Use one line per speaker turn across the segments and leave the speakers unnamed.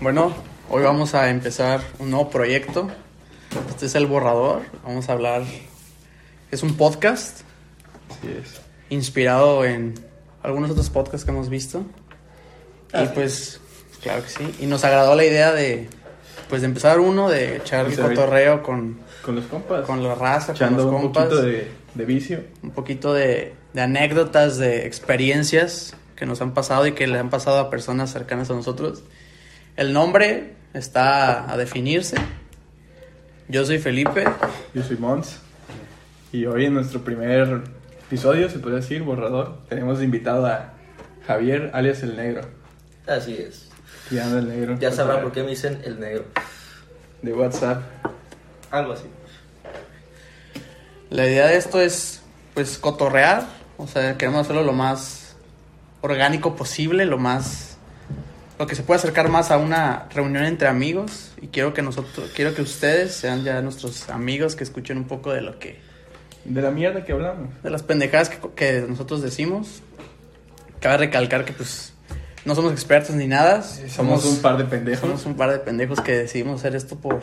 Bueno, hoy vamos a empezar un nuevo proyecto. Este es el borrador. Vamos a hablar. Es un podcast
Así es.
inspirado en algunos otros podcasts que hemos visto. y pues, claro que sí. Y nos agradó la idea de, pues, de empezar uno, de echar el
Pues, a ver.
cotorreo con,
Con los compas.
con la raza,
Echando
con
un
los compas.
poquito de, de vicio.
Un poquito de, de anécdotas, de experiencias que nos han pasado y que le han pasado a personas cercanas a nosotros. El nombre está a definirse. Yo soy Felipe.
Yo soy Mons. Y hoy en nuestro primer episodio, se puede decir, borrador, tenemos invitado a Javier, alias El Negro.
Así es.
Aquí anda El Negro.
Ya sabrá por qué me dicen el negro.
De WhatsApp.
Algo así.
La idea de esto es, pues, cotorrear. O sea, queremos hacerlo lo más orgánico posible, lo más... Lo que se puede acercar más a una reunión entre amigos. Y quiero que nosotros... Quiero que ustedes sean ya nuestros amigos que escuchen un poco de lo que...
De la mierda que hablamos.
de las pendejadas que, que nosotros decimos. Cabe recalcar que pues no somos expertos ni nada.
Somos, un par de pendejos.
Somos un par de pendejos que decidimos hacer esto por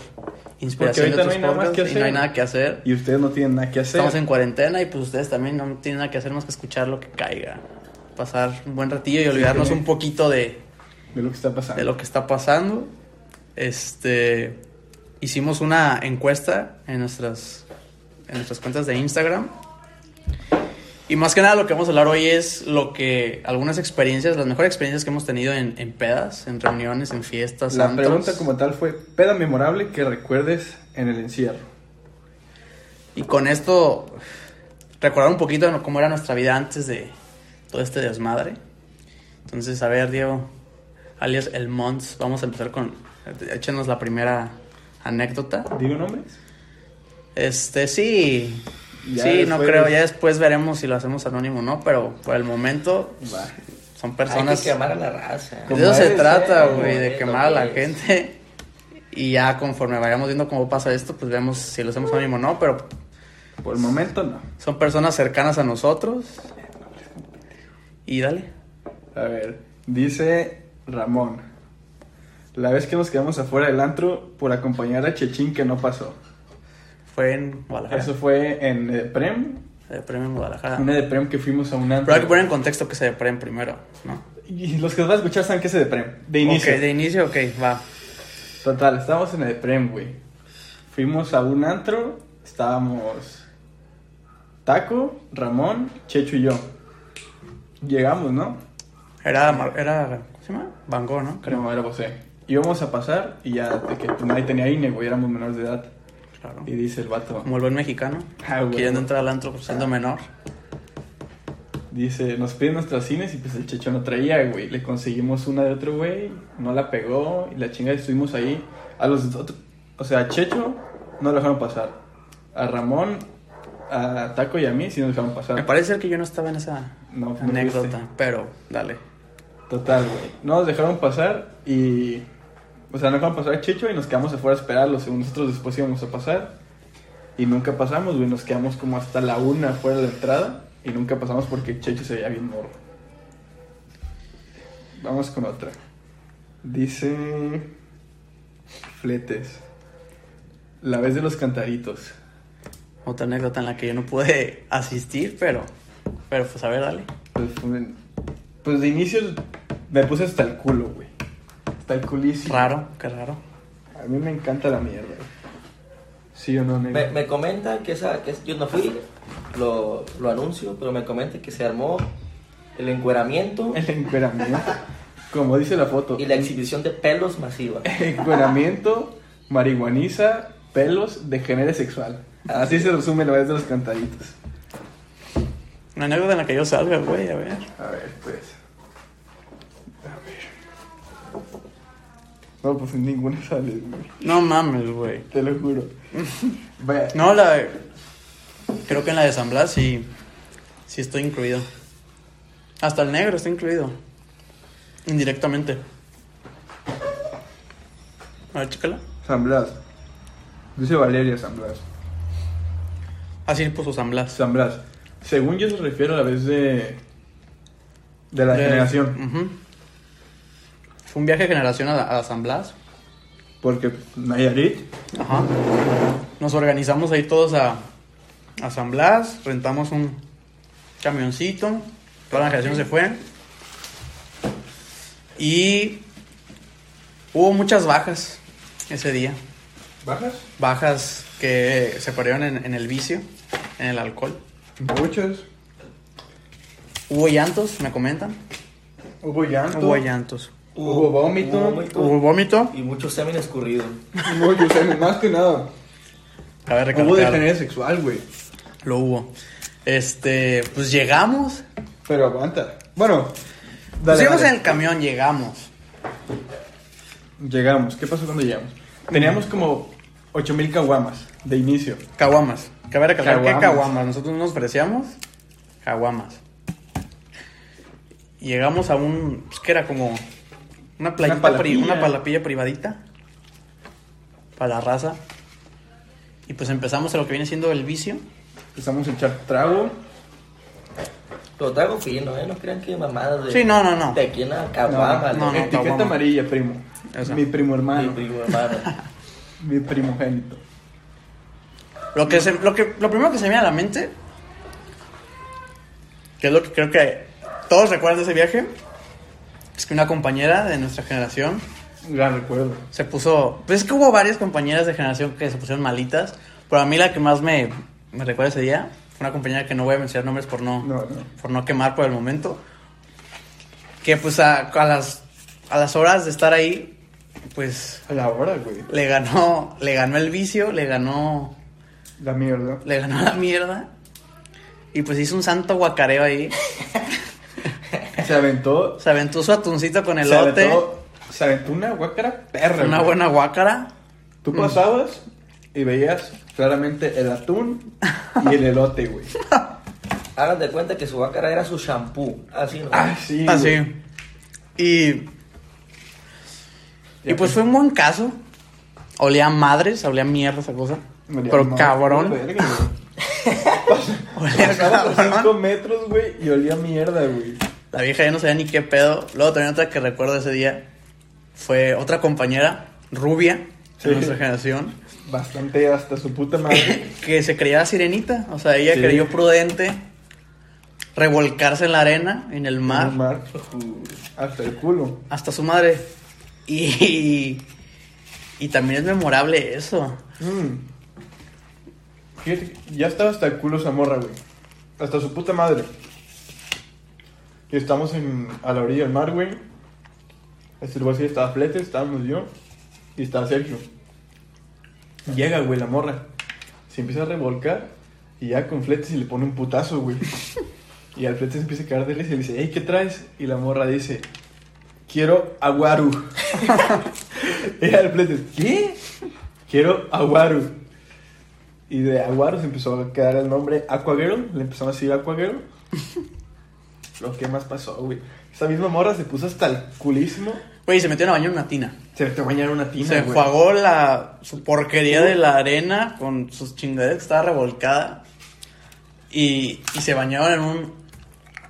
inspiración
ahorita
de
no
otros
hay nada más
podcasts y
que
no hay
hacer.
nada que hacer.
Y ustedes no tienen nada que hacer.
Estamos en cuarentena y pues ustedes también no tienen nada que hacer más que escuchar lo que caiga. Pasar un buen ratillo y olvidarnos
sí.
un poquito de,
De lo que está pasando.
de lo que está pasando. Este hicimos una encuesta en nuestras en nuestras cuentas de Instagram. Y más que nada lo que vamos a hablar hoy es lo que algunas experiencias, las mejores experiencias que hemos tenido en, en pedas, en reuniones, en fiestas,
La
antros.
pregunta como tal fue, peda memorable que recuerdes en el encierro.
Y con esto recordar un poquito de cómo era nuestra vida antes de todo este desmadre. Entonces, a ver, Diego, alias El Mons, vamos a empezar con échenos la primera anécdota.
¿Digo nombres?
Este, sí.
Ya
sí, no
después-
creo. Ya después veremos si lo hacemos anónimo o no, pero por el momento
Va.
son
Hay
personas.
que quemar a la raza.
De eso se
Como
trata,
es,
güey,
como
de
es,
quemar a la
como es.
gente. Y ya conforme vayamos viendo cómo pasa esto, pues vemos si lo hacemos anónimo o no, pero
Por el momento no.
son personas cercanas a nosotros. Y dale.
A ver, dice Ramón. La vez que nos quedamos afuera del antro por acompañar a Chechín que no pasó.
Fue en Guadalajara.
Eso fue en eh, Edeprem,
Se deprime en Guadalajara.
un Edeprem que fuimos a un antro.
Ah. Pero hay que poner en contexto que se deprime primero, ¿no?
Y los que nos van a escuchar saben que es Edeprem, de inicio.
Ok, de inicio, ok, va.
Total, estábamos en Edeprem, güey. Fuimos a un antro, estábamos Taco, Ramón, Checho y yo. Llegamos, ¿no?
Era, Mar- era, ¿cómo se llama? Van Gogh, ¿no?
Creo que era José. Íbamos a pasar y ya, de que nadie tenía INE, güey, éramos menores de edad.
Claro.
Y dice el vato,
Como el buen mexicano.
Ah, güey.
Queriendo entrar al antro por siendo menor.
Dice, nos piden nuestras cines y pues el checho no traía, güey. Le conseguimos una de otro güey, no la pegó y la chinga estuvimos ahí. A los otros, o sea, a Checho no lo dejaron pasar. A Ramón, a Taco y a mí sí nos dejaron
Me
pasar.
parece ser que yo no estaba en esa
No, no
anécdota,
fuiste.
pero dale.
Total, güey. No nos dejaron pasar y... O sea, no dejaron pasar a Checho y nos quedamos afuera a esperarlo. Según nosotros después íbamos a pasar. Y nunca pasamos, güey. Nos quedamos como hasta la una afuera de la entrada. Y nunca pasamos porque Checho se veía bien morro. Vamos con otra. Dice... Fletes. La vez de los cantaritos.
Otra anécdota en la que yo no pude asistir, pero, pero pues a ver, dale.
Pues, fue- pues de inicio me puse hasta el culo, güey. Hasta el culísimo.
Raro, qué raro.
A mí me encanta la mierda. Sí o no, negro.
Me, me comenta que esa, que es- yo no fui, lo, lo anuncio, pero me comenta que se armó el encueramiento
El encueramiento. Como dice la foto.
y la exhibición de pelos masiva.
Encueramiento, marihuaniza, pelos, degenere sexual. Así se resume la vez de los cantaditos.
Una anécdota en la que yo salga, güey, a ver.
A ver, pues. A ver. No, pues ninguna sale, güey.
No mames, güey.
Te lo juro. Vaya,
No, la. Creo que en la de San Blas sí. Sí estoy incluido. Hasta el negro está incluido. Indirectamente. A ver, chécala.
San Blas. Dice Valeria San Blas.
Así Ah, puso San Blas.
San Blas. Según yo se refiere a la vez de. de la
De-
generación.
Ujú. Fue un viaje de generación a, a San Blas.
Porque Nayarit.
Ajá. Nos organizamos ahí todos a, a San Blas, rentamos un camioncito, toda la generación se fue. Y hubo muchas bajas ese día,
¿Bajas?
bajas que se perdieron en, en el vicio, en el alcohol.
Muchas.
Hubo llantos, me comentan.
Hubo llanto.
Hubo llantos.
Hubo vómito.
hubo vómito
Hubo vómito.
y mucho semen escurrido.
Mucho, o sea, más que nada.
Cabe
Hubo
recalcar.
degeneración sexual, güey.
Lo hubo. Este, pues llegamos.
Pero aguanta. Bueno.
Nos
dale,
Pues íbamos
dale.
en el camión, llegamos.
Llegamos. ¿Qué pasó cuando llegamos? Teníamos como 8000 caguamas de inicio.
Caguamas. Cabe recalcar que
Caguamas.
caguamas. Nosotros no nos ofrecíamos caguamas. Llegamos a un. Pues, que era como. Una playita. pri- Una,
palapilla.
palapilla privadita. Para la raza. Y pues empezamos a lo que viene siendo el vicio.
Empezamos a echar trago.
Lo trago fino, ¿eh? No crean que mamadas de.
Sí, no, no, no.
De aquí en la caguama,
No, no,
de- este
Etiqueta
caguama.
amarilla, primo.
Esa.
Mi primo
Mi
hermano.
primo, hermano.
Mi primogénito.
Lo que, se- lo que lo primero que se me viene a la mente, que es lo que creo que todos recuerdan de ese viaje, es que una compañera de nuestra generación
Gran recuerdo.
se puso. Pues es que hubo varias compañeras de generación que se pusieron malitas, pero a mí la que más me, me recuerda ese día fue una compañera que no voy a mencionar nombres por no,
No, no.
por no quemar por el momento. Que pues a, a las, a las horas de estar ahí, pues
A la hora, güey.
le ganó, le ganó el vicio, le ganó
La mierda.
le ganó a la mierda. Y pues hizo un santo guacareo ahí.
Se aventó.
Se aventó su atuncito con
se
elote.
aventó. Se aventó una guácara perra.
Una
güey.
buena guácara. Mm.
Tú pasabas y veías claramente el atún y el elote, güey.
Hagan de cuenta que su vacara era su shampoo. Así, ¿no?
Ah,
Así. güey.
Así. Y, y pues fue un buen caso. Olía a madres, olía a mierda esa cosa.
María,
Pero
no,
cabrón.
verga, güey.
Olía
Pasaba los
cabrón.
5 metros, güey, y olía mierda, güey.
La vieja ya no sabía ni qué pedo. Luego también otra que recuerdo ese día fue otra compañera, rubia,
Sí.
de nuestra generación.
Bastante hasta su puta madre.
que se creía la sirenita. O sea, ella
Sí.
creyó prudente revolcarse en la arena, en el
En
mar,
el mar, ujú, Hasta el culo.
hasta su madre. Y, y también es memorable eso.
Mm. Fíjate que ya estaba hasta el culo esa morra, güey. Hasta su puta madre. Y estamos en, a la orilla del mar, güey. Este lugar sí estaba Flete, estábamos yo. Y estaba Sergio. Llega, güey, la morra. Se empieza a revolcar. Y ya con Flete se le pone un putazo, güey. Y al Flete se empieza a caer de risa y le dice, hey, ¿qué traes? Y la morra dice, quiero aguaru. y al Flete, ¿qué? Quiero Aguaru. Y de Aguaru se empezó a quedar el nombre Aquaguero. Le empezaron a decir Aquaguero. Lo que más pasó, güey. Esa misma morra se puso hasta el culísimo.
Güey, se metió a bañar en una tina.
Se metió a bañar en una tina,
se
güey.
enjuagó la, su porquería de la arena con sus chingaderas que estaba revolcada. Y, y se bañaron en un,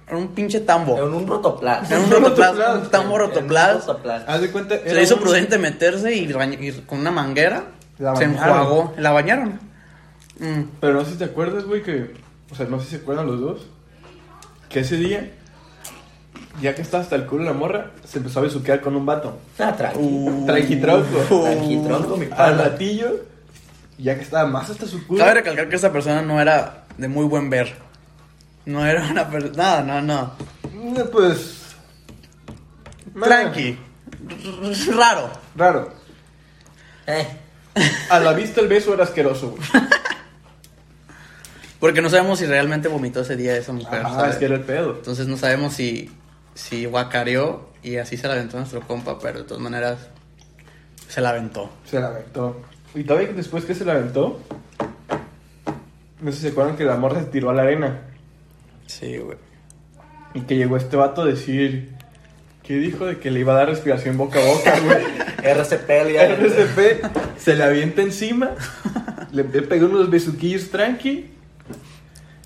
en un pinche
En
tambo.
un rotoplaz.
En un
Un
rotoplas,
rotoplas,
un tambo
En un
rotoplas.
rotoplas.
Haz de cuenta.
Se
era
le hizo
un-
prudente meterse y, bañ- y con una manguera
La
se
bañaron.
enjuagó. La bañaron. Mm.
Pero no sé si te acuerdas, güey, que. O sea, no sé si se acuerdan los dos. Que ese día, ya que estaba hasta el culo la morra, se empezó a besuquear con un vato.
Ah, tranqui.
Uh.
Tranquitroco.
Tranquitronco, mi
Al
pana.
ratillo, ya que estaba más hasta su culo.
Cabe recalcar que esta persona no era de muy buen ver. No era una persona. No, no, no.
Eh, Pues.
Tranqui. R- Raro.
Raro.
Eh,
A la vista el beso era asqueroso, güey.
Porque no sabemos si realmente vomitó ese día esa mujer.
Ah,
¿sabes?
es que era el pedo.
Entonces no sabemos si, si guacareó y así se la aventó nuestro compa, pero de todas maneras se la aventó.
Se la aventó. Y todavía que después que se la aventó, no sé si se acuerdan que la morra se tiró a la arena.
Sí, güey.
Y que llegó este vato a decir. ¿Qué dijo de que le iba a dar respiración boca a boca, güey?
RCP,
El
ya.
RCP se le avienta encima, le pegó unos besuquillos tranqui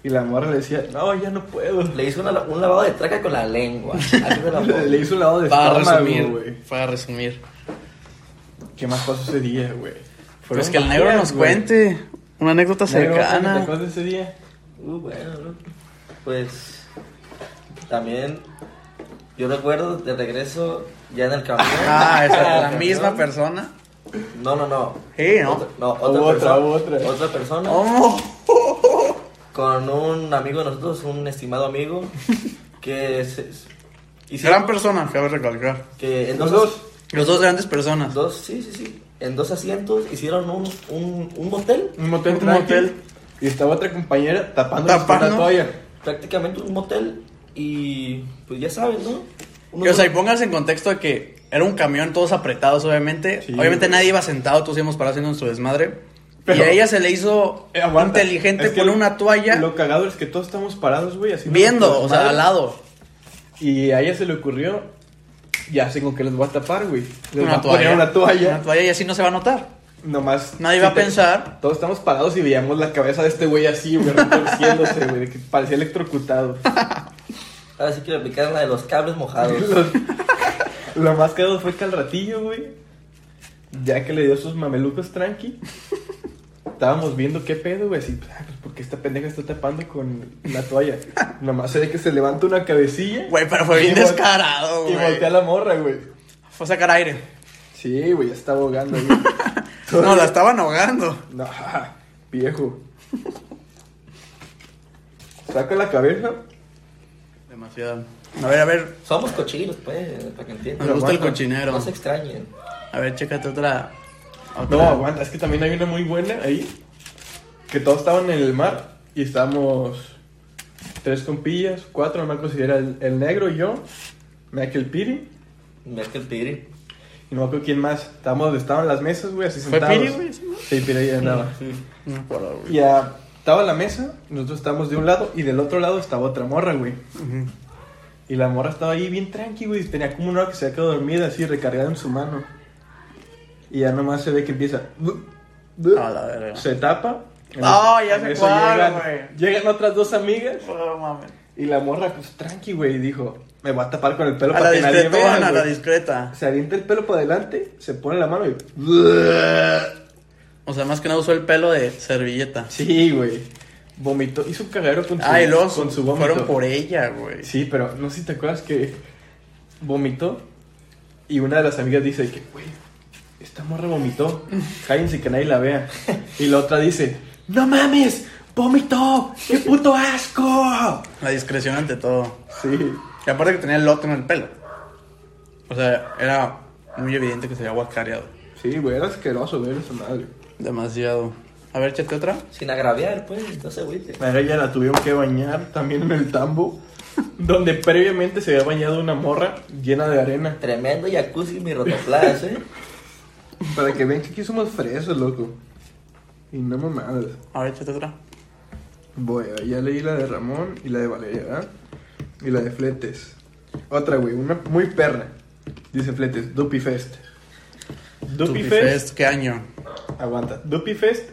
Y la morra le decía, no, ya no puedo.
Le hizo una- un lavado de traca con la lengua. Así te la pongo.
Le, le hizo un lado de
Para
estómago,
resumir,
güey.
para resumir.
¿Qué más pasó ese día, güey?
Pero
Fueron
Pues es que el negro
varias,
nos
güey.
cuente una anécdota
Negro, ¿Te
cercana.
acuerdas de ese día?
Uh, bueno, loco. Pues también yo recuerdo de regreso ya en el camión.
Ah,
En el
esa, la
camión.
misma persona.
No, no, no.
Sí, ¿no?
Otra- no, otra,
Hubo otra,
persona,
hubo otra.
persona
¿Cómo?
con un amigo de nosotros, un estimado amigo que se- hicieron-
Gran persona, cabe recalcar.
que en
Los
dos,
dos.
Los dos grandes personas.
dos- sí, sí, sí, en dos asientos hicieron un un, un motel,
Un motel.
Un
tranqui.
motel.
Y estaba otra compañera tapándonos con
Tapando.
una toalla.
prácticamente un motel y pues ya sabes, ¿no? Uno-
Y, o sea, y pónganse en contexto de que era un camión, todos apretados, obviamente.
Sí,
obviamente
güey.
nadie iba sentado, todos íbamos parados haciendo nuestro desmadre.
Pero-
y a ella se le hizo
Eh, aguanta.
inteligente
Es que
con
lo-
una toalla
Lo cagado es que todos estamos parados, güey, así.
viendo, o sea, al lado.
Y a ella se le ocurrió, ya sé con qué les voy a tapar, güey. Les voy
Una
a poner
toalla.
una toalla.
Una toalla y así no se va a notar.
Nomás.
Nadie
sí
va a
te-
pensar.
Todos estamos parados y veíamos la cabeza de este güey así, güey, retorciéndose, güey, de que parecía electrocutado.
Ahora sí que le aplicaron la de los cables mojados.
Los- Lo más cagado fue que al ratillo, güey, ya que le dio sus mamelucos tranqui, estábamos viendo qué pedo, güey, así, "Ah, pues, ¿por qué esta pendeja está tapando con la toalla? Nomás se ve que se levanta una cabecilla.
Güey, pero fue
y
bien
vol-
descarado,
Y
güey.
voltea la morra, güey.
Fue a sacar aire.
Sí, güey, ya está ahogando, güey.
No, la estaban ahogando.
No, viejo. Saca la cabeza.
Demasiado. A ver, a ver.
Somos cochinos, pues, para que entiendan.
Me gusta el
aguanta.
cochinero.
No se extrañen.
A ver, chécate otra. otra.
No, aguanta, es que también hay una muy buena ahí. Que todos estaban en el mar y estábamos tres compillas, cuatro, no me acuerdo si era el, el negro, yo, Michael Piri
Mira que el tigre.
y no me acuerdo quién más. Estábamos donde estaban las mesas, güey, así
¿Fue
sentados.
Piri, güey? Sí, ¿no?
Sí, Piri ahí andaba.
No me acuerdo, güey.
Ya estaba la mesa, nosotros estábamos de un lado y del otro lado estaba otra morra, güey.
Ujú.
Y la morra estaba ahí bien tranqui, güey. Tenía como una hora que se había quedado dormida, así recargada en su mano. Y ya nomás se ve que empieza.
A la verga.
Se tapa. En
Ah,
eso-
ya
en
sé
eso
cuál,
llegan,
güey.
llegan otras dos amigas.
Oh, mames.
Y la morra, pues tranqui, güey. Y dijo: Me voy a tapar con el pelo
A
para
la
que nadie me vea.
discretona, a la
güey".
discreta.
Se avienta el pelo para adelante, se pone la mano y.
O sea, más que nada usó el pelo de servilleta.
Sí, güey. Vomitó. Hizo un cagadero con su,
Ah, y luego
con su vómito.
fueron por ella, güey.
Sí, pero no sé si te acuerdas que vomitó y una de las amigas dice que, güey, esta morra vomitó, cállense que nadie la vea. Y la otra dice, no mames, vomitó, qué puto asco.
La discreción ante todo.
Sí,
Y aparte que tenía el lote en el pelo. O sea, era muy evidente que se había guascareado.
sí, güey, era asqueroso ver esa madre.
Demasiado. A ver, chate otra.
Sin agraviar, pues, no se agüite.
A ella la tuvieron que bañar también en el tambo, donde previamente se había bañado una morra llena de arena.
Tremendo jacuzzi, mi rotoplas, eh.
Para que vean que aquí somos fresos, loco. Y no mamadas.
A ver, chate otra.
Voy, ya leí la de Ramón y la de Valeria, ¿verdad? Y la de Fletes. Otra, güey, una muy perra. Dice Fletes, Dupi Fest. Dupi
Tupi
Fest,
¿Qué año?
aguanta. Dupi Fest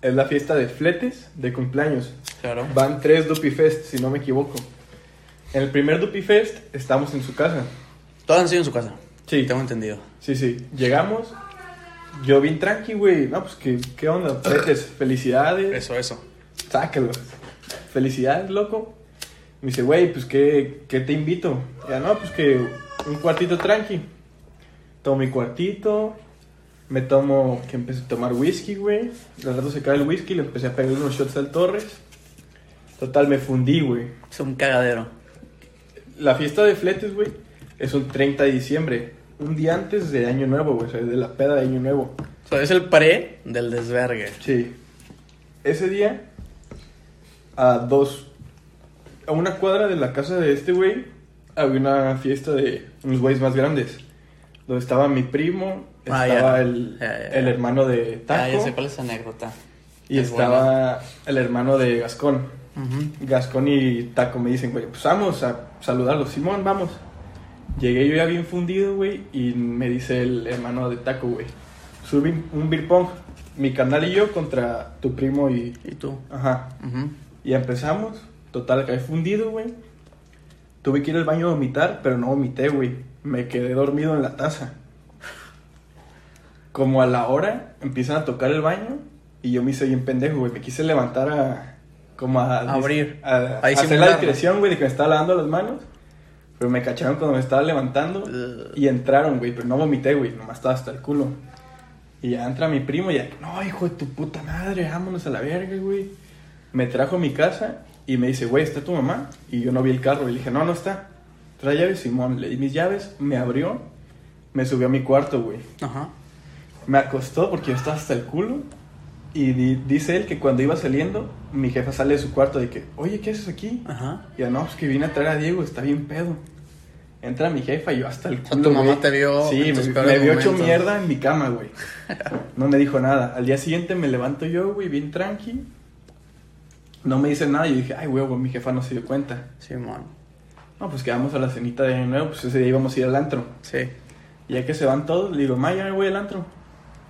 es la fiesta de Fletes de cumpleaños.
Claro.
Van tres Dupi Fest, si no me equivoco. En el primer Dupi Fest estamos en su casa.
Todos han sido en su casa.
Sí.
Tengo entendido.
Sí, sí. Llegamos. Yo bien tranqui, güey. No, pues, ¿qué, qué onda? Fletes, felicidades.
Eso, eso.
Sácalo. Felicidades, loco. Me dice, güey, pues ¿qué, qué te invito. Ya no, pues que un cuartito tranqui. Tomo mi cuartito. Me tomo, que empecé a tomar whisky, güey. Al rato se cae el whisky, le empecé a pegar unos shots al Torres. Total, me fundí, güey.
Es un cagadero.
La fiesta de fletes, güey, es un 30 de diciembre. Un día antes de Año Nuevo, güey, o sea, de la peda de Año Nuevo.
O sea, es el pre del desvergue.
Sí. Ese día, a dos, a una cuadra de la casa de este güey, había una fiesta de unos güeyes más grandes. Donde estaba mi primo,
Ah,
estaba
ya.
el,
Ya, ya, ya.
el hermano de Taco
Ah, ya sé cuál es la anécdota.
y
Es
estaba el hermano de Gascón.
Ujú.
Gascón y Taco me dicen, güey, pues vamos a saludarlos. Simón, vamos. Llegué yo ya bien fundido, güey, y me dice el hermano de Taco, güey, sube un beer pong, mi canal y yo contra tu primo y...
¿Y tú?
Ajá.
Ujú.
Y empezamos. Total, caí fundido, güey. Tuve que ir al baño a vomitar, pero no vomité, güey. Me quedé dormido en la taza. Como a la hora empiezan a tocar el baño y yo me hice bien pendejo, güey. Me quise levantar a. Como a.
Abrir.
A, a
Ahí
hacer
simular,
la
¿no?
discreción, güey, de que me estaba lavando las manos. Pero me cacharon cuando me estaba levantando y entraron, güey. Pero no vomité, güey. Nomás estaba hasta el culo. Y ya entra mi primo y ya, no, hijo de tu puta madre, vámonos a la verga, güey. Me trajo a mi casa y me dice, güey, ¿está tu mamá? Y yo no vi el carro. Y le dije, no, no está. Trae llaves, Simón. Le di mis llaves, me abrió, me subió a mi cuarto, güey.
Ajá.
Me acostó porque yo estaba hasta el culo. Y di- dice él que cuando iba saliendo, mi jefa sale de su cuarto de que, oye, ¿qué haces aquí?
Ajá.
Y yo, no, pues que vine a traer a Diego, está bien pedo. Entra mi jefa y yo hasta el
sea,
culo.
tu mamá
güey.
te vio
Sí,
en tus
me,
peores
me vio hecho
momentos.
mierda en mi cama, güey. No me dijo nada. Al día siguiente me levanto yo, güey, bien tranqui. No me dice nada. Yo dije, ay, huevo, mi jefa no se dio cuenta.
Simón.
No, pues quedamos a la cenita de año nuevo, pues ese día íbamos a ir al antro.
Sí.
Y ya que se van todos, le digo, ma, ya me voy al antro.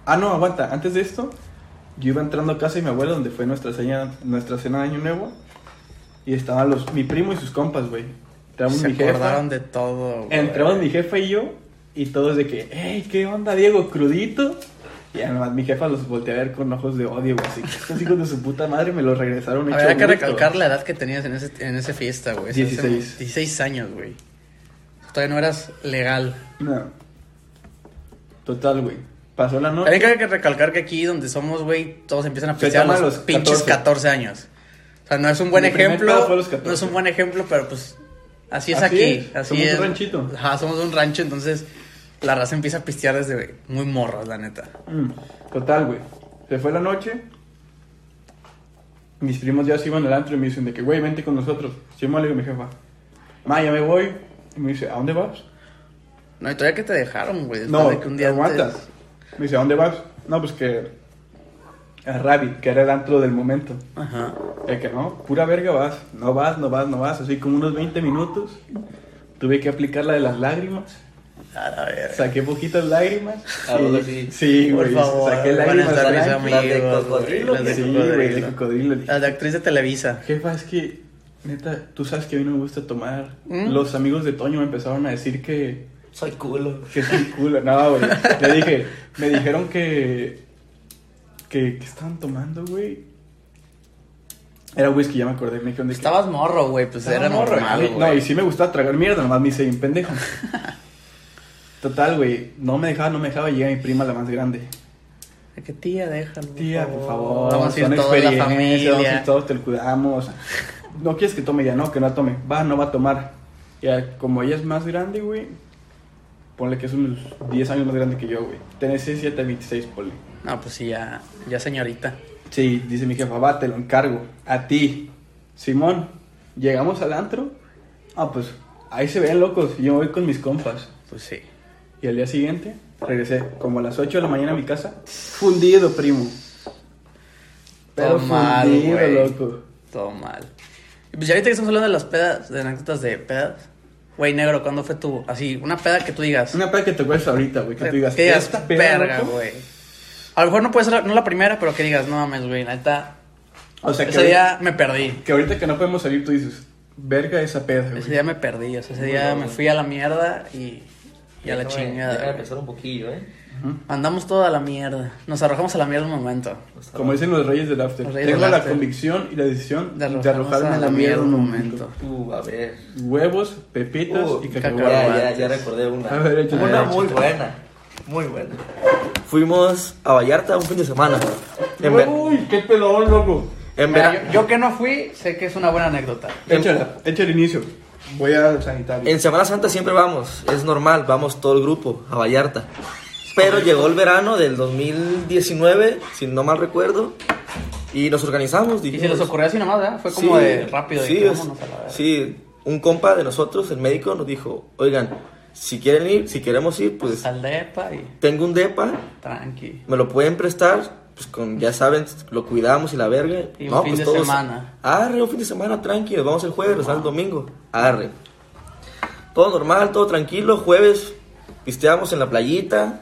Ah, no, aguanta. Antes de esto, yo iba entrando a casa de mi abuela, donde fue nuestra, seña- nuestra cena de año nuevo. Y estaban los, mi primo y sus compas, güey. Entramos
Se
mi jefa.
acordaron de todo. güey.
Entramos mi jefa y yo, y todos de que, hey, ¿qué onda, Diego? ¿Crudito? Y además mi jefa los volteé a ver con ojos de odio, güey. Así que estos hijos de su puta madre me los regresaron.
A
hecho
ver, hay que
bruto.
recalcar la edad que tenías en ese, en esa fiesta, güey. Hace
16.
16 años, güey. Todavía no eras legal.
No. Total, güey. Pasó la noche.
También hay que recalcar que aquí donde somos, güey, todos empiezan a
Se
pistear a
toma
los,
a los
pinches
14.
14 años. O sea, no es un buen
Mi primer pedo
ejemplo.
fue a los 14.
No es un buen ejemplo, pero pues así es
Así
aquí.
es,
Así
somos un
es.
ranchito.
Ajá, somos un rancho, entonces la raza empieza a pistear desde muy morros, la neta.
Mm, Total, güey. Se fue la noche. Mis primos ya se iban al antro y me dicen de que, güey, vente con nosotros. Yo me le digo a mi jefa, ma, ya me voy. Y me dice, ¿a dónde vas?
No, y todavía que te dejaron, güey. después
No,
de que un día
aguantas.
antes-
Me dice, ¿a dónde vas? No, pues que a Rabbit, que era el antro del momento.
Ajá.
Es que no, pura verga vas. No vas, no vas, no vas. Así como unos 20 minutos. Tuve que aplicar la de las lágrimas.
A la verga.
Saqué poquitas lágrimas.
Ahora
y-
sí.
Ah, Por
güey.
favor,
Saqué
van a
lágrimas.
estar mis
blancas.
amigos,
Las de
güey,
cocodrilo,
las de
Sí,
cocodrilo.
güey, de cocodrilo. dije.
Las de actriz de Televisa.
Jefa, es que, neta, tú sabes que a mí no me gusta tomar.
¿Mm?
Los amigos de Toño me empezaron a decir que,
Soy culo.
que soy culo. No, güey. Le dije, me dijeron que, que, que estaban tomando, güey. Era whisky, ya me acordé. Me dijeron de que-
Estabas morro, güey, pues
Estaba
era
morro,
normal,
güey.
güey.
No, y sí me gustaba tragar mierda, nomás me hice bien pendejo. Total, güey, no me dejaba, no me dejaba, llega mi prima la más grande.
¿A qué tía déjalo? Ah,
Tía, por favor,
Vamos a ir
son
toda la
experiencias, vamos a
familia.
ir todos, te lo cuidamos. No quieres que tome ya, no, que no tome. Va, no va a tomar. Ya, como ella es más grande, güey, ponle que es unos 10 años más grande que yo, güey. Tenés 7 26, ponle.
No, pues sí, ya, ya señorita.
Sí, dice mi jefa, va, te lo encargo. A ti, Simón. Llegamos al antro. Ah, pues ahí se ven locos. Yo voy con mis compas.
Pues sí.
Y al día siguiente regresé como a las 8 de la mañana a mi casa. Fundido, primo. Pero
Todo mal,
fundido,
güey.
loco.
Todo mal. Y pues ya ahorita que estamos hablando de las pedas, de anécdotas de pedas. Güey, negro, ¿cuándo fue tu? Así, una peda que tú digas.
Una peda que te acuerdas ahorita, güey. Que tú digas,
que digas,
"Esta peda,
verga,
loco".
güey. A lo mejor no puede ser, la- no la primera, pero que digas, no mames, güey, neta.
O sea, que
Ese día
ahorita,
me perdí.
que ahorita que no podemos salir, tú dices, verga esa peda,
Ese
güey.
día me perdí, o sea, ese día me fui a la mierda y, y a la
Déjame-
chingada.
Déjame
güey.
pensar un poquillo, ¿eh?
Ujú.
Andamos toda la mierda. Nos arrojamos a la mierda un momento.
O sea,
Como dicen los reyes del after.
Los reyes
Tengo
del
la
after.
convicción y la decisión
De
de,
arrojarnos
arrojarme a la mierda un momento.
Uh, a ver.
Huevos, pepitas
Uh,
y
cacahuates.
cacahuates.
Ya, ya, ya recordé una.
A ver, échale.
una
A ver,
muy
échale.
buena. Muy buena. Fuimos a Vallarta un fin de semana. En, ver-
Uy, qué pelón, loco.
en
Mira,
vera-
yo, yo que no fui, sé que es una buena anécdota.
Échala, echa el inicio. Voy al sanitario.
en Semana Santa siempre vamos. Es normal, vamos todo el grupo a Vallarta. Pero llegó el verano del 2019, si no mal recuerdo, y nos organizamos.
Y se
dijimos,
les ocurrió así nomás, ¿verdad? Fue como
Sí,
de rápido, de
sí,
que
es-
vámonos a la verga.
sí, un compa de nosotros, el médico, nos dijo, oigan, si quieren ir, si queremos ir, pues
Al depa y
tengo un depa,
tranqui.
me lo pueden prestar, pues con, ya saben, lo cuidamos y la verga.
Y un fin
pues,
de semana.
Arre, un fin de semana tranquilo, vamos el jueves, regresamos el domingo. Arre. Todo normal, todo tranquilo, jueves pisteamos en la playita. pues,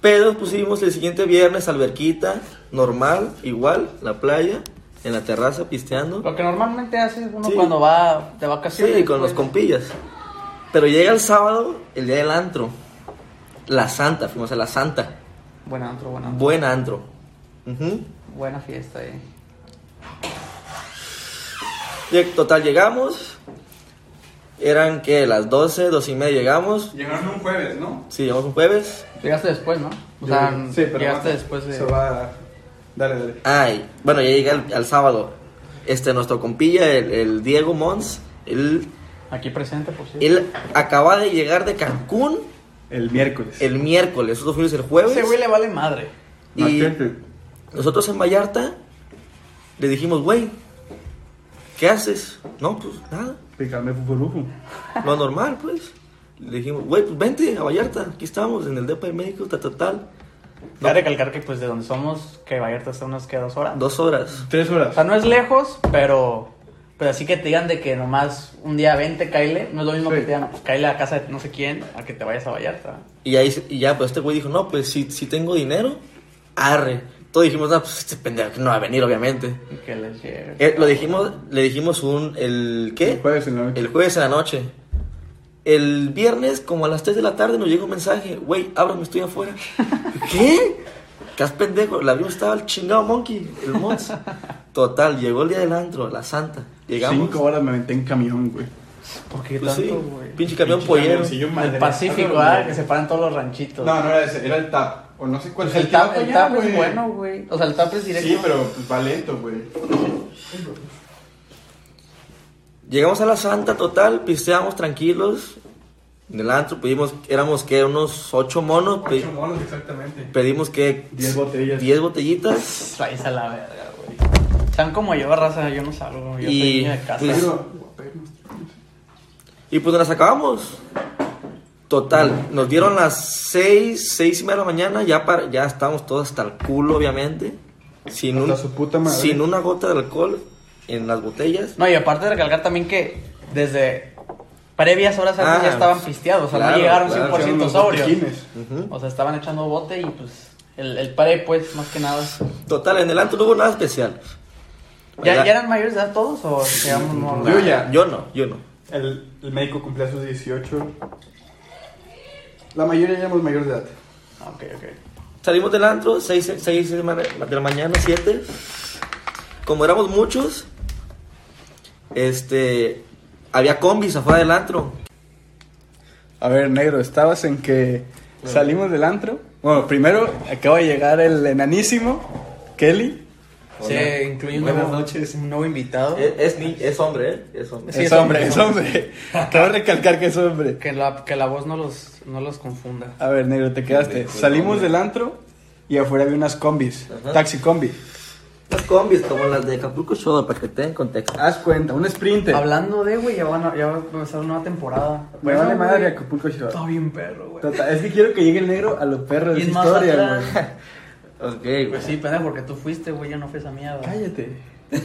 Pero pusimos el siguiente viernes alberquita, normal, igual, la playa. en la terraza pisteando.
Lo que normalmente haces uno
Sí.
cuando va de vacaciones.
Sí, con los
pues.
compillas. Pero llega el sábado, el día del antro. La Santa, fuimos a la Santa.
Buen antro, buen antro.
Buen antro. Ujú.
Buena fiesta, eh.
Lleg- Total, llegamos. Eran que las 12, 12 y media llegamos.
Llegaron un jueves, ¿no?
Sí, llegamos un jueves.
Llegaste después, ¿no? O sea,
sí, pero
llegaste
bueno,
después de...
Se va. a- Dale, dale.
Ay, bueno, ya llegué al, al sábado. Este, nuestro compilla, el, el Diego Mons, él,
Aquí presente, por cierto.
él acaba de llegar de Cancún
El miércoles.
el miércoles. Nosotros fuimos el jueves.
Ese güey le vale madre.
Y
Mantente.
nosotros en Vallarta le dijimos, güey, ¿qué haces? No, pues nada.
Pícame fufurufu.
Lo normal, pues. Le dijimos, güey, pues vente a Vallarta, aquí estamos, en el depa del médico, tal, tal, tal.
Cabe recalcar que, pues, de donde somos, que Vallarta está unas que dos horas.
Dos horas.
Tres
O
horas.
sea, no es lejos, pero... Pero así que te digan de que nomás un día vente, Kyle. No es lo mismo
Sí.
que te digan, pues, Kyle a casa de no sé quién, a que te vayas a Vallarta.
Y, ahí, se- y ya, pues este güey dijo, no, pues si, si tengo dinero, arre. Todos dijimos, no, pues este pendejo no va a venir, obviamente.
Y que les llegue.
Eh, lo dijimos, le dijimos un, el, ¿qué?
El jueves en la noche.
El jueves en la noche. El viernes, como a las 3 de la tarde, nos llegó un mensaje. Güey, ábrame, estoy afuera. ¿Qué? ¿Qué has pendejo? La abrimos, estaba el chingado monkey, el mons. Total, llegó el día del antro, la santa. Llegamos.
Cinco horas me aventé en camión, güey.
¿Por qué
Pues sí,
tanto, güey?
pinche camión
Pinche
pollero.
camioncillo
El
madre.
Pacífico, ah, que se paran todos los ranchitos.
No, no era ese, era el TAP. O no sé cuál
Pues
es
el tap, el
que
tap
lleva
es
allá,
bueno, güey. O sea, el tap es
güey.
directo.
Sí, pero pues, va lento, güey.
Llegamos a la santa, total, pisteamos tranquilos. En el antro pedimos, éramos que unos 8 monos. pe-
Ocho monos, exactamente.
pedimos que
Diez botellas.
10 botellitas.
Traes a la verga, güey. Sean como yo, raza, yo no salgo, yo
Y-
soy niño de casa.
pues, Y pues nos las acabamos. Total, nos dieron las 6, 6 y media de la mañana, ya, para, ya estábamos todos hasta el culo, obviamente. Sin,
Hasta
un-
su puta madre.
sin una gota de alcohol en las botellas.
No, y aparte de recalcar también que desde previas horas antes
Ah,
ya estaban pisteados, o sea,
claro,
no llegaron
claro,
100%
Hicieron unos
sobrios.
botiquines.
Ujú.
O sea, estaban echando bote y pues el, el pre, pues, más que nada.
Total, en el antro no hubo nada especial.
¿Ya,
Era-
ya eran mayores de edad todos o llegamos morros?
Yo ya.
Yo no, yo no.
El, el médico cumplía sus 18. La mayoría ya éramos mayor de edad.
Ah, Ok, ok.
Salimos del antro, 6, de ma- de la mañana, 7. Como éramos muchos, este, había combis afuera del antro.
A ver, negro, estabas en que salimos del antro. Bueno, primero acaba de llegar el enanísimo, Kelly.
Se incluye un
Buenas
nuevo-
noches.
un nuevo invitado.
Es, es ni- es hombre, ¿eh? Es hombre.
Sí,
es
es
hombre,
hombre,
es hombre. Acabo de recalcar que es hombre.
Que la, que la voz no los, no los confunda.
A ver, negro, te quedaste.
Hombre,
Salimos
hombre.
del antro y afuera había unas combis.
Ajá.
Taxi combi.
Las combis, como las de Acapulco Show, para que tengan contexto.
Haz cuenta, un sprinter.
Hablando de, güey, ya, van a- ya va a empezar una nueva temporada.
Me vale
No,
madre
güey.
Acapulco Shore.
Está bien perro, güey.
Tota, Es que quiero que llegue el negro a los perros de
Y
esa
en
historia,
Mazatlán.
güey.
Ok, güey.
Pues sí, pendejo, porque tú fuiste, güey, yo no fui esa mierda.
Cállate.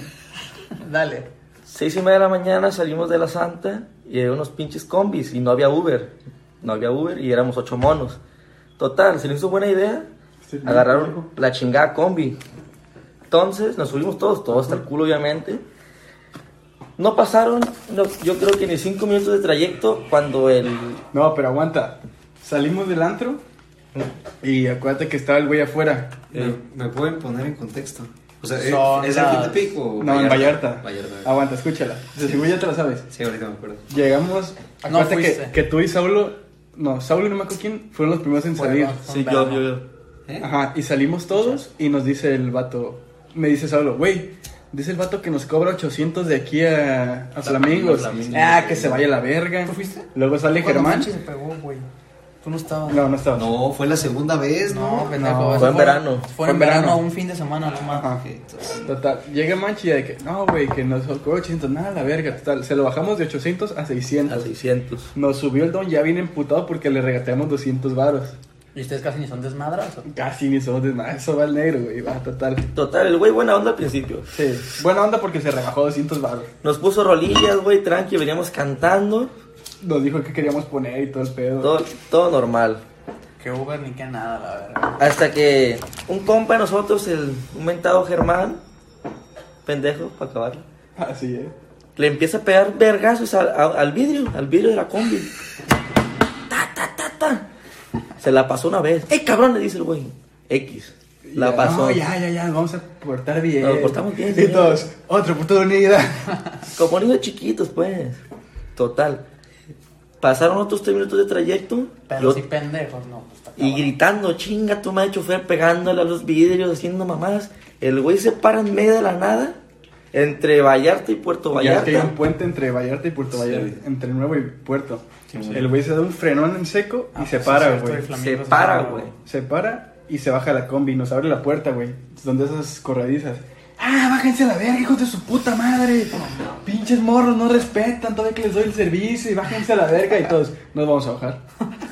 Dale.
Seis y media de la mañana salimos de la Santa y había unos pinches combis y no había Uber. No había Uber y éramos ocho monos. Total, se le hizo buena idea.
Sí,
Agarraron la chingada combi. Entonces nos subimos todos, todos hasta el culo, obviamente. No pasaron, no, yo creo que ni cinco minutos de trayecto cuando el.
No, pero aguanta. Salimos del antro y acuérdate que estaba el güey afuera.
Eh, ¿Me pueden poner en contexto? O sea,
Son
¿es, ¿es aquí en
las-
Tepic o
No, en Vallarta. Ah,
Vallarta.
Aguanta, escúchala. Seguro ya te la sabes.
Sí, ahorita me acuerdo.
Llegamos.
No
Acuérdate que,
fuiste.
que tú y Saulo. No, Saulo y no me acuerdo quién fueron los primeros en salir.
Fueron. Sí, yo- yo-
¿Eh?
Ajá, y salimos todos y nos dice el vato. Me dice Saulo, güey, dice el vato que nos cobra 800 de aquí a, a Flamingos.
Flamingos.
Ah, que se vaya la verga.
¿Tú fuiste?
Luego sale Germán.
se pegó, güey. Tú no estabas.
No, no estaba.
No, fue la segunda vez, ¿no?
No, pendejo.
No.
eso
Fue en verano.
Fue en verano, un fin de semana nomás.
Ajá.
Ok, entonces,
Total, llega Manchi y de que, no, güey, que nos cobra 800, nada, la verga, total. Se lo bajamos de 800 a 600.
A 600.
Nos subió el don ya bien emputado porque le regateamos 200 varos.
¿Y ustedes casi ni son desmadras? o?
Casi ni somos de nada, eso va al negro, güey, va, total.
Total, el güey buena onda al principio.
Sí, buena onda porque se rebajó 200 varos.
Nos puso rolillas, güey, tranqui, veníamos cantando.
Nos dijo que queríamos poner y todo el pedo.
Todo, todo normal.
Que Uber ni que nada, la verdad.
Hasta que un compa de nosotros, el un mentado Germán, pendejo para acabarla.
Así ¿eh? es.
Le empieza a pegar vergazos al, a- al vidrio, al vidrio de la combi. Ta, ta, ta, ta. Se la pasó una vez. ¡Ey, cabrón! Le dice el güey. X. La
Ya,
pasó.
No, ya, ya, ya, vamos a cortar bien.
Nos cortamos bien,
Y
señor.
todos, otra oportunidad.
Como niños chiquitos, pues. Total. Pasaron otros tres minutos de trayecto.
Pero
yo-
sí pendejos, no. pues, está
Y
cabrón.
gritando, chinga tu madre, chofer, pegándole a los vidrios, haciendo mamadas. El güey se para en medio de la nada, entre Vallarta y Puerto
Ya es que hay
Vallarta.
un puente entre Vallarta y Puerto
Sí.
Vallarta, entre Nuevo y Puerto.
Sí, sí.
El güey se da un frenón en seco y
Ah,
se
pues,
para,
es cierto,
güey.
el
Se
flamingo
para,
para,
güey.
Se para y se baja la combi y nos abre la puerta, güey. Donde esas corredizas. ¡Ah, bájense a la verga, hijos de su puta madre! Pinches morros, no respetan, todavía que les doy el servicio y bájense a la verga y todos. Nos vamos a bajar.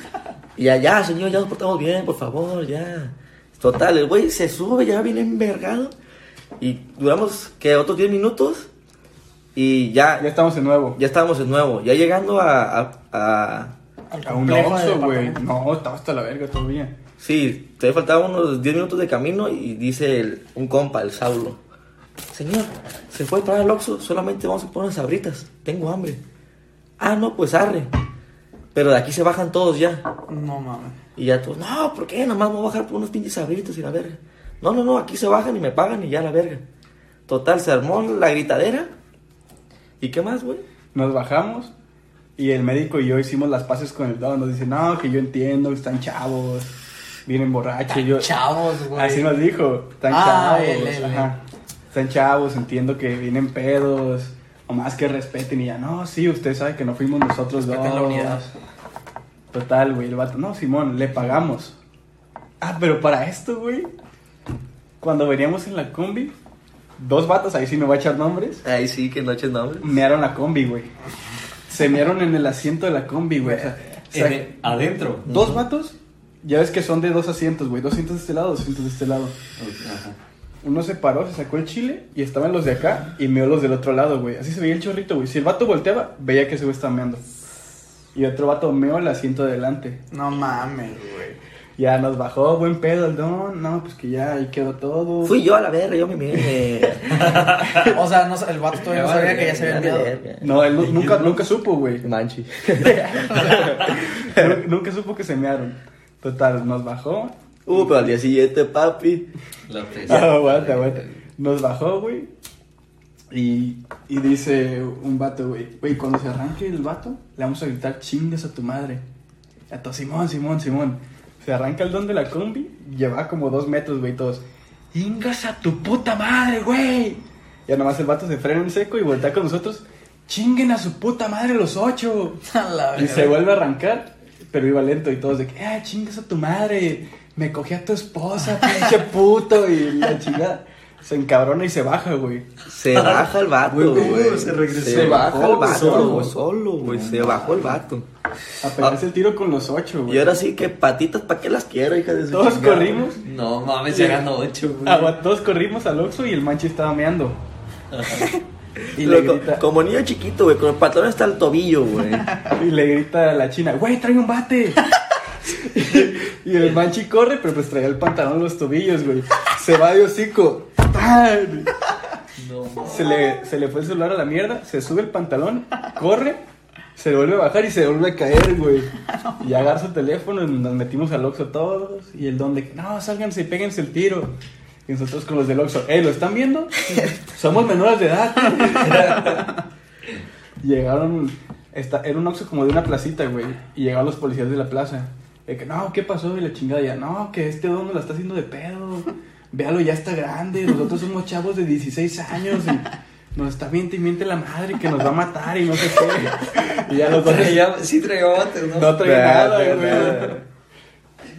Y allá, señor, ya nos portamos bien, por favor, ya. Total, el güey se sube, ya viene envergado. Y duramos, que Otros 10 minutos. Y ya,
Ya estamos de nuevo.
ya estábamos de nuevo. Ya llegando a- a- a
Al
A un
complejo de
Oxxo, güey.
departamentos.
No, estaba hasta la verga todavía.
Sí, todavía faltaban unos 10 minutos de camino y dice el- un compa, el Saulo. Señor, se fue para el Oxxo, solamente vamos a poner unas sabritas, tengo hambre. Ah, no, pues arre. Pero de aquí se bajan todos ya.
No mames.
Y ya todos, no, ¿por qué? Nomás me voy a bajar por unos pinches sabritas y la verga. No, no, no, aquí se bajan y me pagan y ya la verga. Total, se armó la gritadera. ¿Y qué más, güey?
Nos bajamos y el médico y yo hicimos las paces con el don. Nos dice, no, que yo entiendo, que están chavos, vienen borrachos. Y yo,
Chavos, güey.
Así nos dijo, están
Ah,
chavos.
él, él,
ajá. Están chavos, entiendo que vienen pedos. O más que respeten y ya, no, sí, usted sabe que no fuimos nosotros
Respeten
dos.
la unidad.
Total, güey, el vato, no, Simón, le pagamos. Ah, pero para esto, güey, cuando veníamos en la combi, dos vatos, ahí sí no voy a echar nombres,
Ahí sí, que noche no, hombre.
mearon la combi, güey. Se mearon en el asiento de la combi, güey. O sea,
Eh,
o sea,
En- adentro.
Mm. dos vatos, ya ves que son de dos asientos, güey. Dos asientos de este lado, dos asientos de este lado.
Ajá.
Uno se paró, se sacó el chile y estaban los de acá y meó los del otro lado, güey. Así se veía el chorrito, güey. Si el vato volteaba, veía que ese güey estaba meando. Y otro vato meó el asiento de adelante.
No mames, güey.
Ya nos bajó, buen pedo el don. No, pues que ya ahí quedó todo.
Fui yo a la verga, yo me miré.
O sea, no, sa- el vato todavía no
Ya
sabía
vale,
que ya se había
Ya la
enviado.
verga.
No, él nu- nunca, nunca supo, güey.
Manchi.
Nun- nunca supo que se mearon. Total, nos bajó.
Uh, pero al día siguiente, papi.
La presa.
Ah, aguanta, aguanta. Nos bajó, güey. Y, y dice un vato, güey, güey, cuando se arranque el vato, le vamos a gritar chingas a tu madre. A tu Simón, Simón, Simón. Se arranca el don de la combi, lleva como dos metros, güey, todos. ¡Ingas a tu puta madre, güey! Ya nomás el vato se frena en seco y voltea con nosotros. ¡Chinguen a su puta madre los ocho!
A la
Y
verga.
se vuelve a arrancar, pero iba lento y todos de que, ah, chingas a tu madre, me cogí a tu esposa, pinche puto, y la chingada. Se encabrona y se baja, güey.
Se baja el vato,
Güey,
güey.
güey, se regresó.
Se baja el vato,
Solo.
solo, solo güey. Se bajó el vato.
A pegarse el tiro con los ocho, güey.
Ah. Y ahora sí que patitas, ¿para qué las quiero, hija de su
Todos
chingada?
corrimos,
No mames, llegan ocho, güey.
agua- todos corrimos al Oxxo y el manche estaba meando. Y le,
Loco,
grita,
como niño chiquito, güey, con el patrón hasta el tobillo, güey.
y le grita a la china, güey, trae un bate. y el manchi corre, pero pues traía el pantalón en los tobillos, güey. Se va de hocico. ¡Tan!
No mames.
Se le, se le fue el celular a la mierda, se sube el pantalón, corre, se vuelve a bajar y se vuelve a caer, güey. Y agarra su teléfono y nos metimos al Oxxo todos. Y el don de que, no, sálganse y péguense el tiro. Y nosotros con los del Oxxo, ¿eh? ¿Lo están viendo? Somos menores de edad. Llegaron, esta- era un Oxxo como de una placita, güey. Y llegaron los policías de la plaza. De que, no, ¿qué pasó? Y la chingada ya, no, que este don nos la está haciendo de pedo. Véalo, ya está grande. Nosotros somos chavos de 16 años. Y nos está miente y miente la madre que nos va a matar y no sé qué. Y ya los dos
Traía- sí traía botes, ¿no?
no traía
Nada,
nada,
nada.
güey.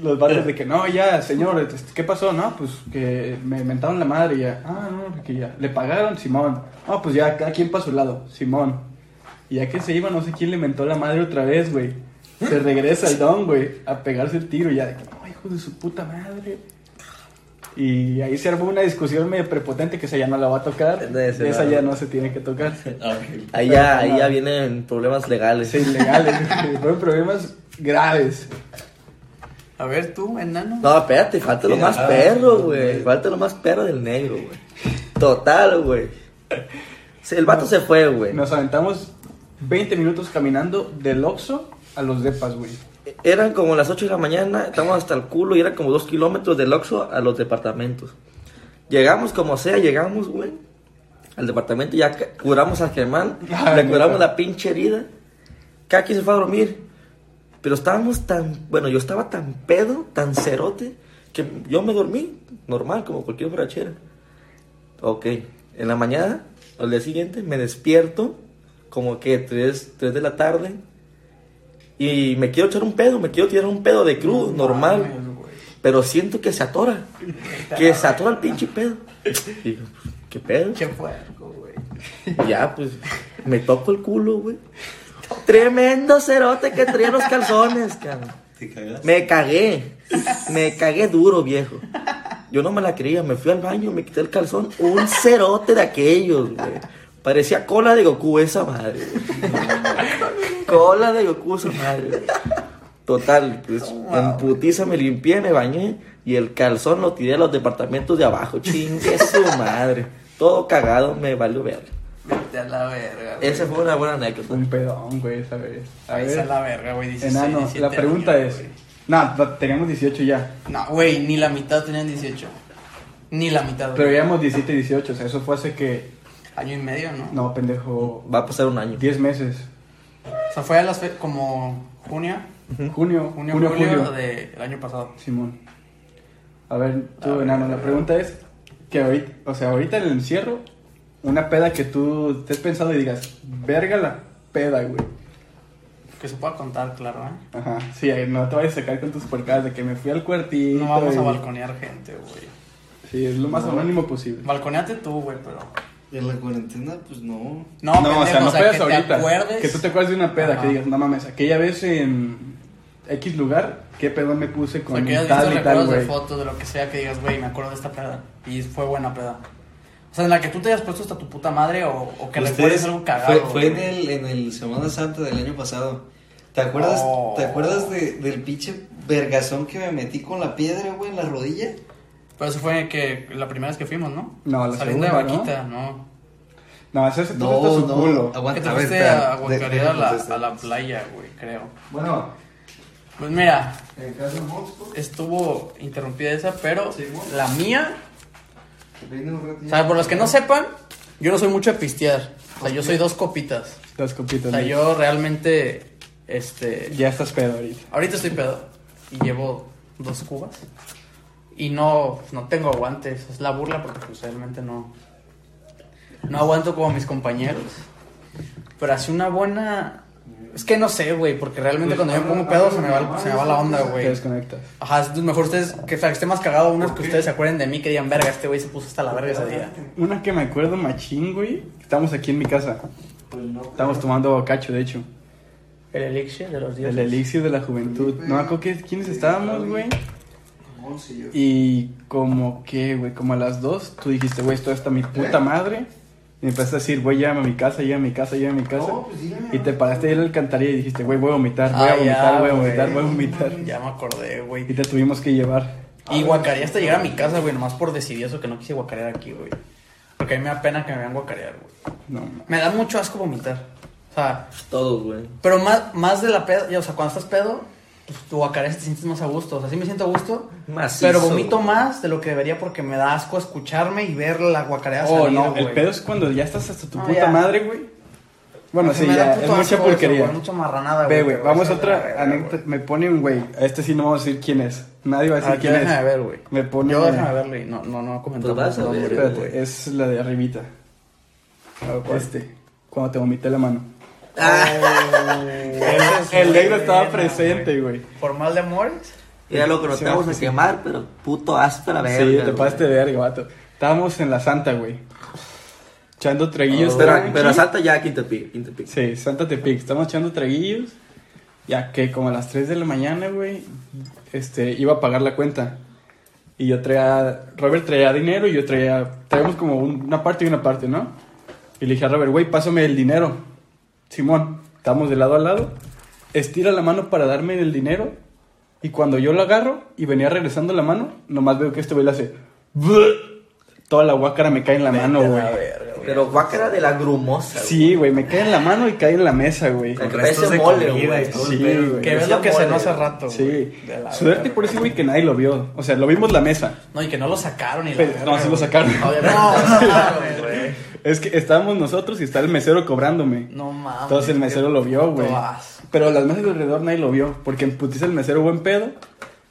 Los vatos de que, no, ya, señor, este, ¿qué pasó? No, pues que me mentaron la madre y ya. Ah, no, que ya. Le pagaron, Simón. Ah, pues ya, cada quien para su lado, Simón. Y ya que se iba, no sé quién le mentó la madre otra vez, güey. Se regresa el don, güey, a pegarse el tiro y ya de que, no, hijo de su puta madre. Y ahí se armó una discusión medio prepotente que esa ya no la va a tocar.
No, esa
esa
no.
ya no se tiene que tocar.
Ah, ok.
Ahí ya, ahí ya vienen problemas legales.
Es ilegal, güey. fueron problemas graves.
A ver, tú, enano.
No, espérate, falta lo más
Ah,
perro, güey. Falta lo más perro del negro, güey. Total, güey. Sí, El vato
No.
se fue, güey.
Nos aventamos 20 minutos caminando del Oxxo a los depas, güey.
Eran como las 8 de la mañana, estábamos hasta el culo y eran como 2 kilómetros del Oxxo a los departamentos. Llegamos como sea, llegamos, güey, al departamento, ya ca- curamos a Germán,
Ay,
le curamos
neta.
la pinche herida. Cada quien se fue a dormir. Pero estábamos tan, bueno, yo estaba tan pedo, tan cerote, que yo me dormí normal, como cualquier borrachera. Ok, en la mañana, al día siguiente, me despierto, como que 3, 3 de la tarde, y me quiero echar un pedo, me quiero tirar un pedo de crudo, normal. Pero siento que se atora. Que se atora el pinche pedo. Y digo, ¿qué pedo?
Qué puerco, güey.
Ya, pues, me toco el culo, güey. Tremendo cerote que traía los calzones, cabrón.
Te cagaste.
Me cagué. Me cagué duro, viejo. Yo no me la creía. Me fui al baño, me quité el calzón. Un cerote de aquellos, güey. Parecía cola de Goku esa madre. güey. cola de Goku esa madre. güey. Total, pues, en putiza me limpié, me bañé. Y el calzón lo tiré a los departamentos de abajo. Chingue su madre. Todo cagado, me valió verga.
Vete a la verga. güey.
Esa fue una buena anécdota.
Un pedón, güey, esa vez. A
Ahí
ver,
está la verga, güey. 16,
enano,
17
la pregunta
años,
es...
güey.
Nah, va- teníamos 18 ya,
No, güey, ni la mitad tenían 18. Ni la mitad. güey.
pero llevamos 17 y 18, o sea, eso fue hace que...
Año y medio, ¿no?
No, pendejo,
Va a pasar un año.
10 meses.
O sea, fue a las fe- como junio,
Junio,
junio,
junio,
julio,
julio.
del año pasado.
Simón. A ver, tú, enano, la pregunta es que ahorita, o sea, ahorita en el encierro, una peda que tú estés pensado y digas, verga la peda, güey.
Que se pueda contar, claro, ¿eh?
Ajá, sí, ahí no te vayas a sacar con tus porcadas de que me fui al cuartito.
No vamos a
y-
balconear gente, güey.
Sí, es lo más anónimo posible.
Balconeate tú, güey, pero.
Y en la cuarentena, pues no.
No, pendejo,
o sea, no
que
pedas
te
ahorita.
acuerdes.
Que tú te acuerdes de una peda,
Ajá.
que digas, no mames, aquella vez en X lugar, qué pedo me puse
O sea,
con
que hayas visto
tal y tal,
recuerdos de
güey.
fotos, de lo que sea, que digas, güey, me acuerdo de esta peda. Y fue buena peda. O sea, en la que tú te hayas puesto hasta tu puta madre o, o que recuerdes algo cagado.
fue, fue en
güey.
el, en el Semana Santa del año pasado. ¿Te acuerdas,
Oh.
¿te acuerdas de- del pinche vergazón que me metí con la piedra, güey, en la rodilla?
Pero eso fue que la primera vez que fuimos, ¿no?
No, la
Saliendo
segunda,
de vaquita, ¿no?
No, ese es todo su culo.
Que
aguanta,
te
a ver,
fuiste
espera,
a
de-
Guacarear a la,
déjame
a la
contestar.
playa, güey, creo.
Bueno,
Pues mira,
en caso de pues, Vox,
estuvo interrumpida esa, pero
Sí, güey.
la mía,
viene un ratito.
o sea, por los que no sepan, yo no soy mucho de pistear. O sea, yo soy dos copitas.
Las
O
copitas.
sea,
¿no?
yo realmente, este...
Ya estás pedo ahorita.
Ahorita estoy pedo y llevo dos cubas y no, pues, no tengo aguantes. Es la burla porque pues, realmente no, no aguanto como mis compañeros. Pero así una buena... Es que no sé, güey, porque realmente cuando yo me pongo pedo se me va, se me va la onda,
Te
güey.
desconectas.
Ajá, es mejor ustedes, que, o sea, que esté más cagado unas que ustedes se acuerden de mí que digan, verga, este güey se puso hasta la verga ese día.
Una que me acuerdo machín, güey. Estamos aquí en mi casa.
Pues no.
Estamos tomando bocacho, de hecho.
El elixir de los
El
dioses.
elixir de la juventud. No me acuerdo qué- quiénes estábamos, güey.
Once y yo.
Y como que, güey, como a las dos, tú dijiste, güey, esto está mi puta madre. Y me empezaste a decir, güey, llévame a mi casa, llévame a mi casa, llévame a mi casa.
No, pues, llévame.
y te paraste ahí en la alcantarilla y dijiste, güey, voy a vomitar, voy
Ah, ya,
a vomitar, voy a vomitar,
güey.
voy a vomitar.
Ya me acordé, güey.
Y te tuvimos que llevar.
Y guacareé hasta llegar a mi casa, güey, nomás por decidir eso que no quise guacarear aquí, güey. Porque a mí me da pena que me vean guacarear, güey.
No, no.
Me da mucho asco vomitar. O sea,
Todos, güey.
pero más, más de la peda, ya, o sea, cuando estás pedo, pues tu guacareas te sientes más a gusto. O sea, sí me siento a gusto,
Macizo,
pero vomito
güey.
más de lo que debería porque me da asco escucharme y ver la guacareada
Oh,
salir,
no,
güey.
el pedo es cuando ya estás hasta tu
No,
puta
Ah, ya.
madre, güey. Bueno,
Se
sí,
me da
ya,
puto
es
asco
mucha
eso,
porquería.
güey, mucha marranada,
Ve, güey,
pero
vamos
eso
a
es
otra
la verga,
anécdota. Me pone un güey, a este sí no vamos a decir quién es. Nadie va a
güey.
decir
Aquí
quién es.
déjame Ah, ver, güey.
Me pone.
Yo déjame verlo y no, no, no comentamos.
Pues vas a
no,
ver,
hombre,
Espérate,
güey.
es la de arribita. Este, cuando te vomité la mano.
Ah. Oh,
El negro estaba presente, güey.
Formal de amores.
Era lo que nos
Sí,
vamos
sí,
a
sí.
quemar, pero puto asco la verga.
Sí, te
güey.
pasaste de verga, vato. Estábamos en la Santa, güey. Echando
Pero-
traguillos.
pero,
tranqui.
salta ya quinto pico, quinto pico.
Sí, Santa Tepic. Estamos echando traguillos. Ya que como a las 3 de la mañana, güey, este, iba a pagar la cuenta. Y yo traía, Robert traía dinero y yo traía, traíamos como un- una parte y una parte, ¿no? Y le dije a Robert, güey, pásame el dinero. Simón, estamos de lado a lado. Estira la mano para darme el dinero. Y cuando yo lo agarro y venía regresando la mano, nomás veo que este güey le hace... "Bruh". Toda la guácara me cae en la mano,
Vete a
güey.
verga, güey.
Pero guácara de la grumosa. güey.
Sí, güey, me cae en la mano y cae en la mesa, güey.
Con
Con
parece
restos de
mole,
comida
güey.
y todo
Sí,
el pedo.
güey.
Que ves lo que
Decía
se no
mole.
hace rato, güey.
Sí.
De la
Suerte
verga,
por ese güey que nadie lo vio. O sea, lo vimos la mesa.
güey. No, y que no lo sacaron. Y la
Pero-
verga,
no, sí lo
güey.
sacaron.
Obviamente no lo sacaron, güey.
Es que estábamos nosotros y está el mesero cobrándome.
No mames.
Entonces el mesero lo vio, güey.
puto asco.
Pero las mesas de alrededor nadie lo vio. Porque en putiza el mesero buen pedo.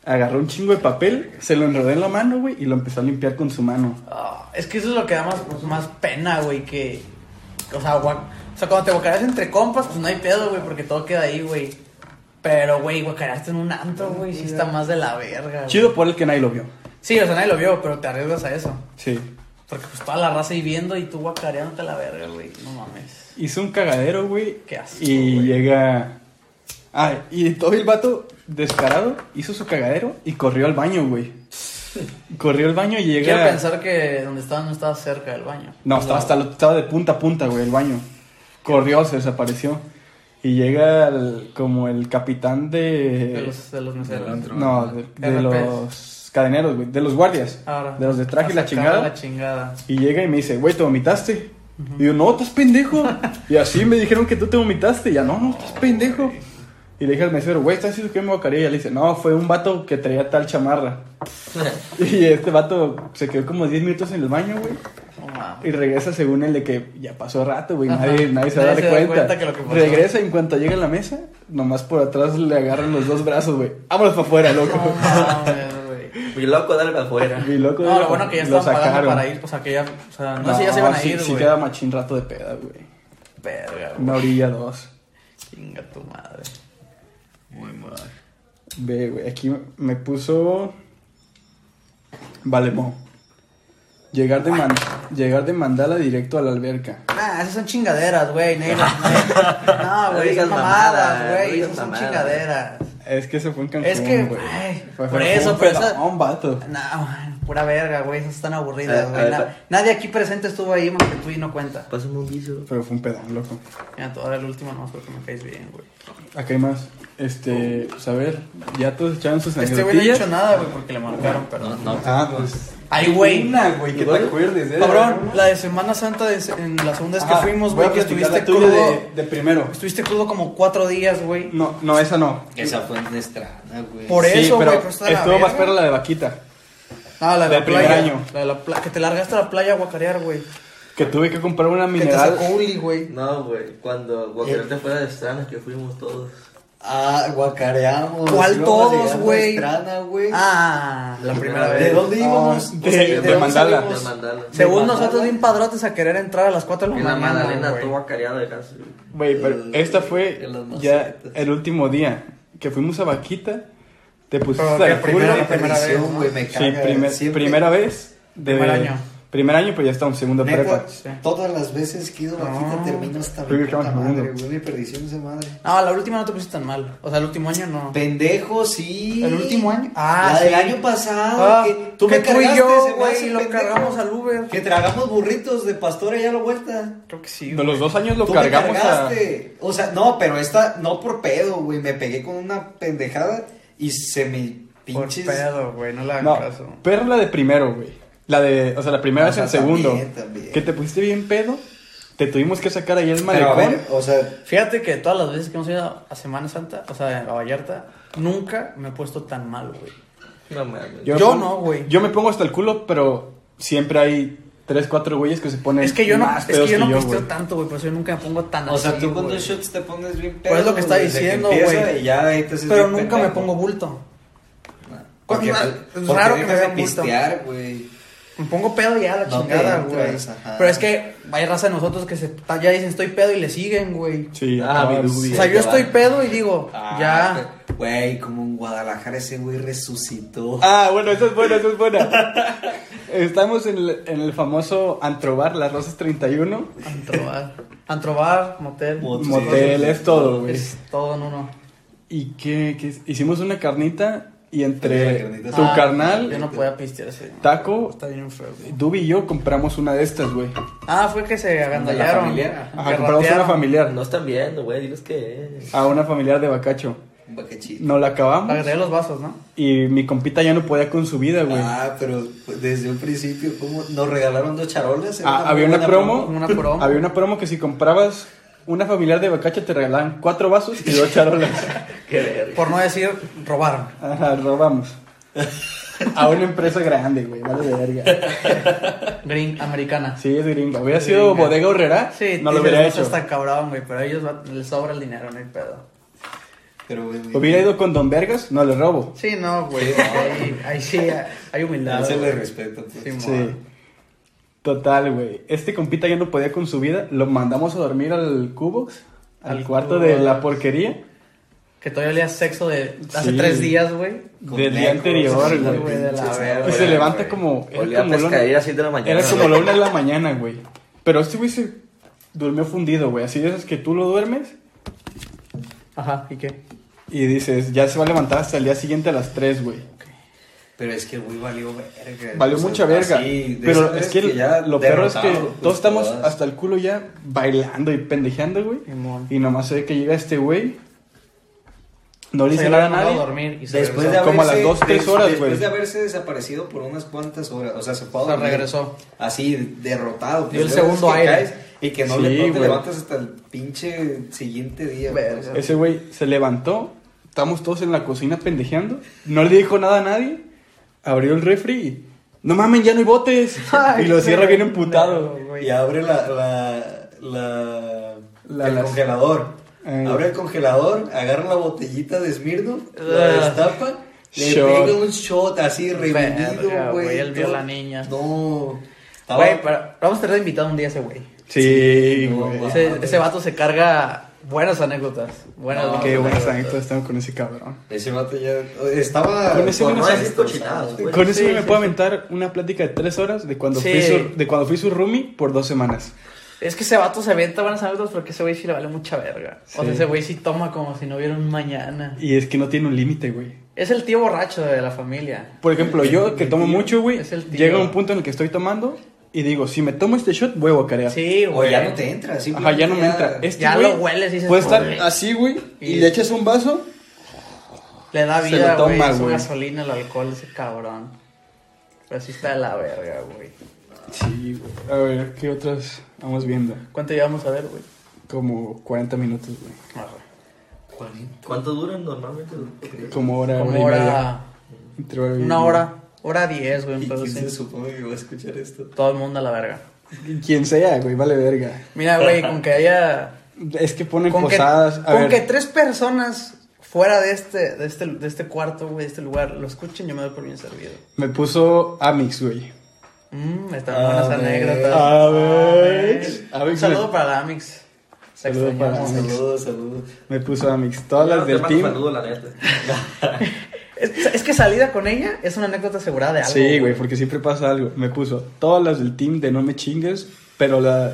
Agarró un chingo de papel, se lo enredó en la mano, güey, y lo empezó a limpiar con su mano.
Ah, es que eso es lo que da más, pues, más pena, güey, que... O sea, guac- o sea, cuando te guacareas entre compas, pues no hay pedo, güey, porque todo queda ahí, güey. Pero, güey, guacareaste en un antro, güey, sí está más de la verga, güey.
Chido por el que nadie lo vio.
Sí, o sea, nadie lo vio, pero te arriesgas a eso.
Sí.
Porque pues toda la raza ahí viendo y tú guacareándote la verga, güey. No mames.
Hizo un cagadero, güey.
Qué asco,
Y
güey.
llega. Ah, y todo el vato descarado hizo su cagadero y corrió al baño, güey. Corrió al baño y llega.
Quiero pensar que donde estaba no estaba cerca del baño.
No, estaba, hasta lo- estaba de punta a punta, güey, el baño. Corrió, se desapareció. Y llega el- como el capitán de.
De los, de los meseros.
Del antro.
no, de, de
RPs.
los cadeneros, güey. De los guardias.
Ahora,
de los de traje y
a
la
sacar
chingada.
la chingada.
Y llega y me dice, güey, ¿te vomitaste? Y yo, no, estás pendejo. y así me dijeron que tú te vomitaste. Y ya, no, no, estás pendejo. Y le dije al mesero, güey, ¿estás diciendo que me guacaré? Y ella le dice, no, fue un vato que traía tal chamarra. y este vato se quedó como 10 minutos en el baño, güey.
No mames.
Y regresa según el de que ya pasó rato, güey.
Ajá.
Nadie, nadie se va a dar
Nadie se da
cuenta.
cuenta que lo que pasó.
regresa y en cuanto llega a la mesa, nomás por atrás le agarran los dos brazos, güey. Vámonos para afuera, loco.
No mames, güey.
Mi loco, dale para afuera.
Y loco,
No, lo bueno que ya
lo
estaban pagando
sacaron.
para ir, o sea, que ya, o sea, no, sé si ya se iban a
sí-
ir,
Sí,
güey.
queda machín rato de peda, güey.
Verga, güey.
Una orilla, dos.
Chinga tu madre.
Muy mal.
Ve, güey, aquí me puso... Vale, mo. Llegar de, man... Llegar de mandala directo a la alberca.
Nah, esas son chingaderas, güey, negras, negras. No,
No
güey,
digas
son mamadas,
mamadas, no
güey,
digas
esas son
mamadas.
chingaderas.
Es que se fue en Cancún,
Es que,
güey.
ay,
Fue-
por
fue
eso,
un
por eso-
pedón, vato.
No, man, pura verga, güey, esas están
Eh,
aburridas,
a
güey.
ver,
Na-
pa-
nadie aquí presente estuvo ahí más que tú y no cuenta.
Pásame un guiso.
Pero fue un pedón, loco.
Mira, tú ahora el último nomás porque me caes bien, güey.
Acá hay más. Este, pues a ver, ya todos echaron sus
Este güey no ha
anecdotillas.
dicho nada, güey, porque le marcaron,
No,
perdón.
no.
Ah, pues.
Ay, güey.
Una, güey, que te
Igual,
acuerdes, ¿eh?
Cabrón, la de Semana Santa de- en la segunda vez que
Ah,
fuimos,
voy a
güey, que
platicar
estuviste
la tuya
crudo.
de, de primero.
Estuviste crudo como cuatro días, güey.
No, no, esa no.
Esa fue nuestra, güey.
Por eso, güey,
pero
pero está de la
estuvo más
verga.
perra la de vaquita.
Ah, la de
Del
la
primer
playa.
año.
La de la pla- que te largaste a la playa a guacarear, güey.
Que tuve que comprar una
Que te
mineral.
sacó Uli, güey.
No, güey. Cuando guacarete fuera de Estrana, que fuimos todos.
Ah, guacareamos.
¿Cuál
Luego
todos,
llegando a
güey?
Estrana, güey.
Ah, la primera
¿De
vez.
dónde íbamos?
de-
O sea,
de
dónde
Mandala.
salimos?
Ah, Pues, De Mandala.
Según
De
nosotros,
Mandala.
bien padrotes a querer entrar a las 4 de
En
la
la
mañana.
Magdalena,
güey.
todo guacareado de casi. güey.
Güey, pero esta fue
En las macetas.
ya el último día que fuimos a vaquita. Te pusiste
Pero que
al culo.
primera-
La primera vez,
¿no?
güey, me
Sí,
caga.
primer-
Siempre-
primera vez. De,
Primer año.
Primer año, pero ya estamos en segunda
Neta,
prepa.
Sí. Ah,
Todas las veces que he ido a Bajita
No.
termino hasta
Creo
mi
que
puta
estamos en
madre,
mundo.
güey. Mi perdición esa madre.
No, la última no te pusiste tan mal. O sea, el último año no.
Pendejo, sí.
¿El último año? Ah,
La
sí.
del año pasado.
Ah,
que tú me
que tú y
cargaste, se
yo,
me
güey,
hace
y lo
pendejo.
cargamos al Uber.
Que tragamos burritos de pastora ya a la vuelta.
Creo que sí,
De
güey.
los dos años lo
Tú
cargamos
me
a.
cargaste. O sea, no, pero esta, no por pedo, güey. Me pegué con una pendejada y se me
Por
pinches.
pedo, güey, no le hagan
No,
caso.
pero la de primero, güey. La de, o sea, la primera
Ah,
O
vez
sea,
en segundo.
también, también.
Que te pusiste bien pedo. Te tuvimos que sacar ahí el
Pero a
malecón.
ver, o sea,
Fíjate que todas las veces que hemos ido a Semana Santa, o sea, a Vallarta, nunca me he puesto tan mal, güey.
No mames.
yo
me pon-
no, güey.
Yo me pongo hasta el culo, pero siempre hay tres, cuatro güeyes que se ponen.
Es que yo no,
más
es que
pedos
yo no
güey.
pisteo tanto, güey, por eso yo nunca me pongo tan
o sea,
así,
tú con
Ah, güey.
dos shots te pones bien pedo.
Pues es lo que está
desde
diciendo,
empieza
güey.
y ya ahí te haces
Pero
bien
nunca me
pendejo.
pongo bulto.
Porque- pues,
Es
porque
raro que me
dejas de
vean bulto.
pistear, güey.
Me pongo pedo ya a la
No te
chingada, güey.
entras, ajá.
Pero es que hay raza de nosotros que se ya dicen estoy pedo y le siguen, güey.
Sí,
Ah,
acabas.
mi duda.
o sea,
ahí
yo
te
estoy
van.
pedo y digo,
Ah,
ya.
pe- Güey, como en Guadalajara ese güey resucitó.
Ah, bueno, esa es buena, esa es buena. Estamos en el, en el famoso Antrobar, Las Rosas 31.
Antrobar. Antrobar, motel.
Motel.
Motel, es todo, güey.
Es todo en uno.
¿Y qué, qué es? Hicimos una carnita y entre
La carnita
tu
Ah,
carnal,
Yo no podía pistear ese.
Taco,
Está bien feo, güey.
Dubi y yo compramos una de estas, güey.
Ah, fue que se agandallaron.
familiar.
que
Ajá, compramos una
ratearon.
familiar.
No están viendo, güey. Diles que.
A una familiar de Bacacho.
Un baquechito.
Nos la acabamos.
Para que te dé los vasos, ¿no?
Y mi compita ya no podía con su vida, güey.
Ah, pero desde un principio, ¿cómo? Nos regalaron dos charolas. Era
Ah,
muy
había una
buena
promo,
promo, una promo.
Había una promo que si comprabas una familiar de bacacho te regalaban cuatro vasos y dos charolas.
Qué verga.
Por no decir robaron.
Ajá, robamos. A una empresa grande, güey, vale de verga.
Green americana.
Sí, es gringa. Hubiera sido
Gringa.
bodega horrera,
Sí,
no lo
dices,
hubiera
"No,
hecho.
Está cabrón, güey, pero a ellos va- les sobra el dinero, no hay pedo.
Pero, güey,
Hubiera ido con Don Vergas, no le robo.
Sí, no, güey. Ahí, ahí sí hay humildad.
se le
güey.
respeta. pues.
Sí,
Sí. Total, güey. Este compita ya no podía con su vida. Lo mandamos a dormir al cubo, al,
Al
cuarto
Cubox.
de la porquería
Que todavía olía sexo de hace
Sí.
tres días, güey.
Con
del día
lejos,
anterior,
sí,
Ay,
güey.
güey, de la verga.
Y se
güey.
levanta como. era
Olía a
como la-
pescadilla a 7 de la mañana.
Era como la una de la mañana, güey. Pero este güey se durmió fundido, güey. Así de esas que tú lo duermes
Ajá, ¿y qué?
y dices, ya se va a levantar hasta el día siguiente a las 3, güey.
Pero es que, güey, valió verga.
Valió
O sea,
mucha verga.
así, de
pero
esas
es
veces
que,
ya
lo peor es que
derrotado, pues,
todos estamos
todas.
hasta el culo ya bailando y pendejeando, güey.
Simón.
Y nomás se ve que llega este güey. No le
Se
dice
lo
nada a
habían mandado a
nadie.
dormir y se
Después de
regresó.
haberse,
Como a las dos, tres
des-
horas,
Después
güey.
de haberse desaparecido por unas cuantas horas. O sea, se fue a
O sea,
dormir.
regresó.
Así, derrotado.
Dio el
de esas
segundo
que
aire.
y que no,
Sí,
le, no te
güey.
levantas hasta el pinche siguiente día. güey.
Verga.
Ese güey se levantó, estamos todos en la cocina pendejeando, no le dijo nada a nadie, abrió el refri y, no mamen, ya no hay botes. y lo cierra bien emputado.
Y abre la... la, la,
La-
el
las-
congelador.
Eh.
Abre el congelador, agarra la botellita de Smirnoff, la
Ugh.
destapa, le
Shot.
pega un shot así
Verga,
revendido,
güey,
güey.
él vio
todo.
a la niña.
No. Estaba-
Güey, pero vamos a tener de invitado un día ese güey.
Sí,
no,
güey.
mames.
Ese, ese vato se carga buenas anécdotas. Buenas
No,
Qué
buenas
buenas anécdotas estamos con ese cabrón.
Ese vato ya estaba
Con ese
por
no
no
sé.
decir cochinadas, güey.
Con eso
sí,
me
sí,
puedo
sí.
aventar una plática de tres horas de cuando,
Sí.
fui, su, de cuando fui su roomie por dos semanas.
Es que ese vato se avienta buenas anécdotas porque ese güey sí le vale mucha verga. O
Sí.
sea, ese güey sí toma como si no hubiera un mañana.
Y es que no tiene un límite, güey.
Es el tío borracho de la familia.
Por ejemplo, yo que tomo mucho, güey,
Es el tío.
llega un punto en el que estoy tomando y digo, si me tomo este shot, voy a guacarear.
Sí,
O
güey.
ya no te entra, simplemente
Ajá, ya no me entra. Este
ya
güey
lo hueles y dices,
Puede estar
"Joder".
así, güey,
Y-
y le echas un vaso.
Le da
Se
vida,
lo
güey.
toma,
Es su
güey.
gasolina, el alcohol, ese cabrón. Pero sí está de la verga, güey.
Sí, güey. A ver, ¿qué otras vamos viendo?
¿Cuánto llevamos a ver, güey?
Como 40 minutos, güey.
Arre.
¿Cuánto duran normalmente? los podcasts?
Como hora, hora
Como
y media.
hora.
Entre hora y
Una
media.
hora. Hora diez, güey.
¿Y
Pero
quién se
sí.
supone que va a escuchar esto?
Todo el mundo a la verga.
Quien sea, güey, vale verga.
Mira, güey, con que haya.
Es que ponen
Con, que,
posadas. a
con
ver,
que tres personas fuera de este, de este, de este cuarto, güey, de este lugar, lo escuchen, yo me doy por bien servido.
me puso Amix, güey.
Mmm, están
A
buenas
ver.
anécdotas.
Ah, A
A
ver. A ver,
Un saludo
güey.
para la Amix. Se
Saludo
extrañamos.
para-
Saludos, saludos.
Me puso Amix. Todas
Yo
las
no te
del
mando
team.
saludo, la neta.
Es, es que salida con ella es una anécdota asegurada de algo.
Sí, güey, porque siempre pasa algo. Me puso todas las del team de No Me Chingues, pero la.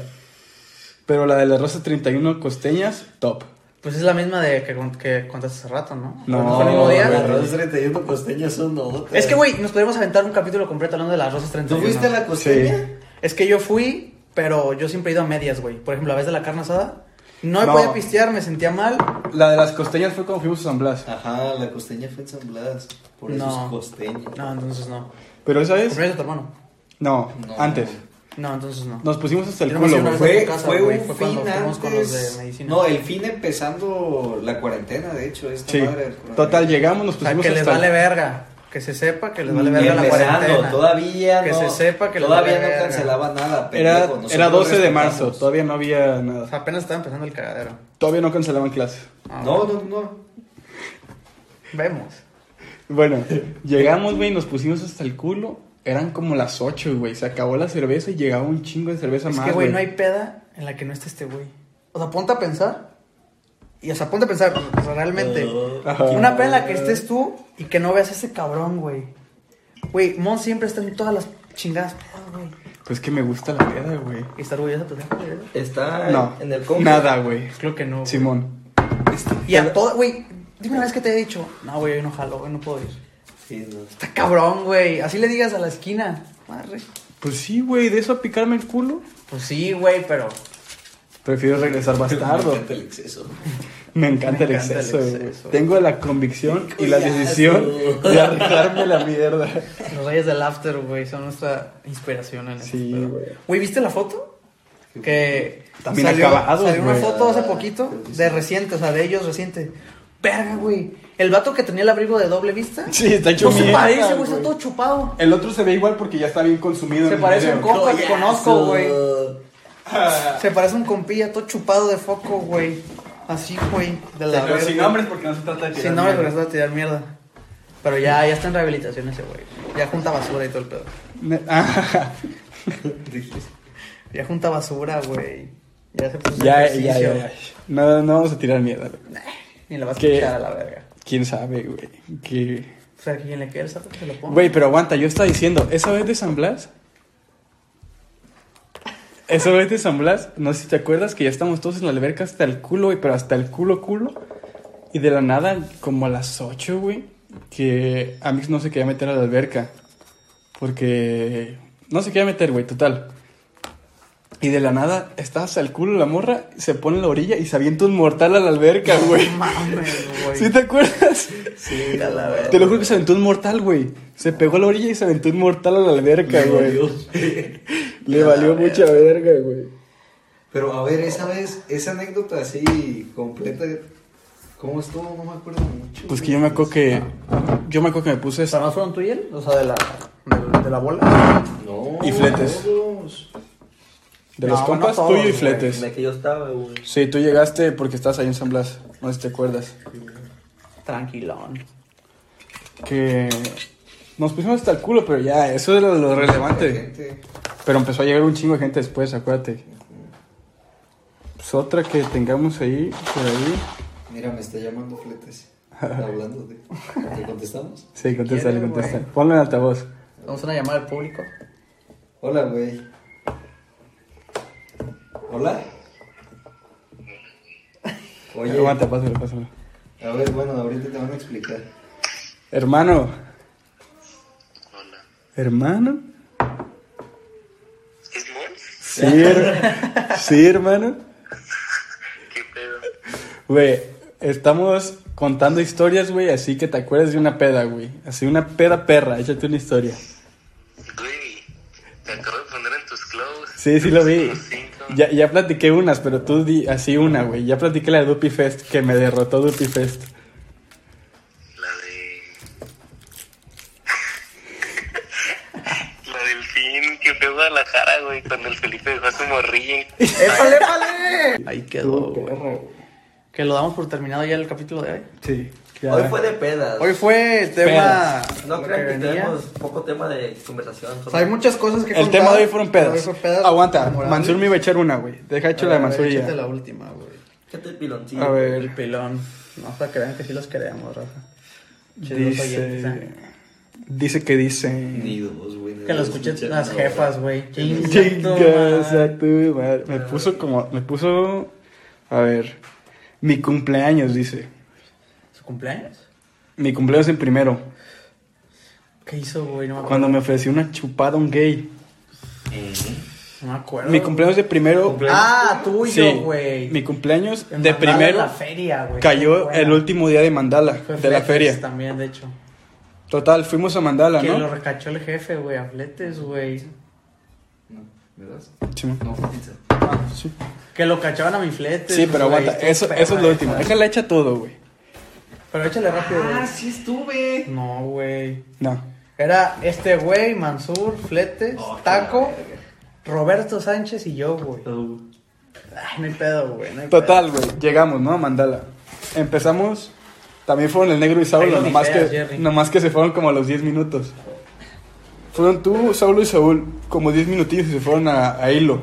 Pero la de la Rosa 31 Costeñas, top.
Pues es la misma de que, con- que contaste hace rato, ¿no?
No,
¿Fue el mismo día?
güey.
Las rosas 31 costeñas son otras.
Es que, güey, nos podríamos aventar un capítulo completo hablando de las rosas
¿Tú
31.
fuiste a la costeña?
Es que yo fui, pero yo siempre he ido a medias, güey. Por ejemplo, la vez de la carne asada, no me
No.
podía pistear, me sentía mal.
La de las costeñas fue cuando fuimos a San Blas.
Ajá, la costeña fue en San Blas. Por eso
No.
es costeña.
No, entonces no.
Pero esa vez.
¿Cumpleaños de tu hermano?
No,
No.
antes.
No, entonces no.
Nos pusimos hasta el
Yo nomás
culo,
iba una vez
güey.
Fue,
en tu casa,
fue
güey,
un
fue
fin
cuando fuimos
antes.
con los de medicina.
No, el fin empezando la cuarentena, de hecho. Esta
Sí.
madre del coronavirus.
Total, llegamos, nos
O sea,
pusimos
que les
hasta el-
vale verga. Que se sepa que les vale
Ni
verga la
Empezando,
cuarentena.
Todavía
Que
no,
se sepa que les
todavía
vale
no
verga.
cancelaba nada.
Era,
pendejo, nosotros
era 12 de
respetamos.
marzo, todavía no había
O sea,
nada.
apenas estaba empezando el cagadero.
Todavía no cancelaban clases.
Ah,
No,
bueno.
no, no.
Vemos.
Bueno, llegamos, güey, nos pusimos hasta el culo. Eran como las 8, güey. Se acabó la cerveza y llegaba un chingo de cerveza
Es
más.
que, güey, no hay peda en la que no esté este güey. O sea, ponte a pensar. Y, o sea, ponte a pensar, o sea, realmente.
Ajá.
Una peda en la que estés tú y que no veas a ese cabrón, güey. Güey, Mon siempre está en todas las chingadas pedas, güey.
Pues que me gusta la peda, güey.
Y está orgullosa, pues, güey.
Está
No,
en el combo.
nada, güey.
Pues creo que no. güey.
Simón.
Y a todas, güey. Dime una vez que te he dicho, no, güey, hoy no jalo, güey, no puedo ir.
Sí, no.
Está cabrón, güey. Así le digas a la esquina. Madre.
Pues sí, güey, de eso a picarme el culo.
Pues sí, güey, pero.
Prefiero regresar bastardo.
El exceso.
Me encanta, el,
Me encanta el
exceso, güey.
exceso.
Tengo la convicción y la
Cuidado.
decisión de arreglarme la mierda.
Los reyes del after, güey, son nuestra inspiración en este
Sí,
pedo.
güey.
Güey, ¿viste la foto? Que
También
salió,
acabados,
salió una
güey.
foto hace poquito de reciente, o sea, de ellos reciente. Verga, güey. El vato que tenía el abrigo de doble vista.
Sí, está hecho
No se
mierda,
parece, güey, está
Pues güey.
todo chupado.
El otro se ve igual porque ya está bien consumido.
Se
en el
parece
video.
un co- Compa que conozco, güey.
Coñazo.
Se parece a un compilla todo chupado de foco, güey. Así, güey, de la
Pero
verga.
sin nombres porque no se trata de
Sin
tirar
nombres, porque
mierda.
se va a tirar mierda. Pero ya, ya está en rehabilitación ese güey. Ya junta basura y todo el pedo.
Ne- Ah,
Ya junta basura, güey. Ya se puso
ya, ya,
ejercicio.
ya, ya. No, no vamos a tirar mierda. güey.
Ni la vas a
¿Qué?
echar a la verga.
¿Quién sabe, güey? Que...
O sea, quien le quede el saco que se lo ponga.
Güey, pero aguanta, yo estaba diciendo, esa vez de San Blas. Esa vez de San Blas, no sé si te acuerdas que ya estamos todos en la alberca hasta el culo, güey, pero hasta el culo, culo. Y de la nada, como a las 8, güey, que a mí no se quería meter a la alberca. Porque no se quería meter, güey, total. Y de la nada, está hasta el culo la morra, se pone en la orilla y se avienta un mortal a la alberca, güey.
Mames, güey.
¿Sí te acuerdas?
Sí, a la verga.
Te lo juro que se aventó un mortal, güey. Se pegó a la orilla y se aventó un mortal a la alberca, güey. Le valió mucha verga, güey.
Pero a ver, esa vez, esa anécdota así completa, ¿cómo estuvo? No me acuerdo mucho.
Pues que yo me acuerdo que. Yo me acuerdo que me puse
¿Pero
esa.
no fueron tú y él? O sea, de la, de, de la bola.
No.
Y fletes.
todos.
De los
No,
compas,
no todos,
tuyo y
güey.
fletes.
Me que yo estaba, güey.
Sí, tú llegaste porque estabas ahí en San Blas. No sé si te acuerdas.
Tranquilón.
Que. Nos pusimos hasta el culo, pero ya, eso era lo relevante.
Gente.
Pero empezó a llegar un chingo de gente después, acuérdate. Pues otra que tengamos ahí, por ahí.
Mira, me está llamando fletes. Hablando de. ¿Te contestamos?
Sí, contéstale,
¿Quién, güey?
contéstale. Ponlo en altavoz.
Vamos a una llamada al público.
Hola, güey. Hola. Oye,
Aguanta, pásalo, pásalo.
a ver, bueno, ahorita te van a explicar.
Hermano. Hermano.
¿Es Mons?
Sí, her- sí, hermano.
¿Qué pedo?
Güey, estamos contando historias, güey, así que te acuerdas de una peda, güey. Así una peda perra, échate una historia.
Güey, te acabo de poner en tus clothes.
Sí, sí lo vi.
Los cinco.
Ya, ya platiqué unas, pero tú di así una, güey. Ya platiqué la de Dupi Fest, que me derrotó Dupi Fest.
La de... La del fin que fue a Guadalajara, güey, cuando el Felipe dejó a su morrillo.
¡Épale, épale! Ahí quedó,
Estuvo
güey.
perra, güey.
Que lo damos por terminado ya el capítulo de hoy.
Sí, ya.
Hoy fue de pedas.
Hoy fue el tema.
No
lo
crean que
venía.
tenemos poco tema de conversación.
O
solo-
sea, hay muchas cosas que
El
contar,
tema de hoy fueron
pero
pedas.
hoy fue pedas
Aguanta,
memorables.
Mansur me iba a echar una, güey. Deja hecho
A
la de
ver,
Mansur y
échate la
ya.
última, güey.
¿Qué te piloncillo?
A ver.
El pelón. No, para que vean que sí los queremos, Rafa. Chidos oyentes,
Dice.
¿eh?
Dice que dice.
Ni dos, güey.
Que lo escuchen las jefas, güey. Chinga
Chingas
tu madre.
a tu madre. Me puso como. Me puso. A ver. Mi cumpleaños, dice.
¿Su cumpleaños?
Mi cumpleaños en primero.
¿Qué hizo, güey? No me acuerdo.
Cuando me ofreció una chupada un gay.
Eh,
No me acuerdo.
Mi cumpleaños de primero.
Ah,
Sí,
tuyo, güey.
Mi cumpleaños
En
de
Mandala,
primero.
la feria, güey. Qué
Cayó
buena.
el último día de Mandala,
Fue
de la
Fletes
feria.
También, de hecho.
Total, fuimos a Mandala,
que lo
¿no?
recachó el jefe, güey. A fletes, güey.
¿Verdad?
Simón.
No, pizza.
Sí.
Que lo cachaban a mi fletes.
Sí, pero
güey.
aguanta,
Qué
eso,
perra
eso es lo último. ¿eh?
esa.
Déjala hecha todo, güey.
Pero échale rápido, güey.
Ah, sí estuve.
No, güey.
No.
Era este güey, Mansur, Fletes,
Oh, qué
Taco,
la verga.
Roberto Sánchez y yo, güey. Ay, no hay pedo, güey. no hay
Total, güey, llegamos, ¿no? A Mandala. Empezamos, también fueron el negro y
Ahí
Saulo,
lo
nomás
dijeras,
que,
Jerry.
nomás que se fueron como a los 10 minutos. Fueron tú, Saulo y Saúl, como 10 minutillos y se fueron a, a Hilo.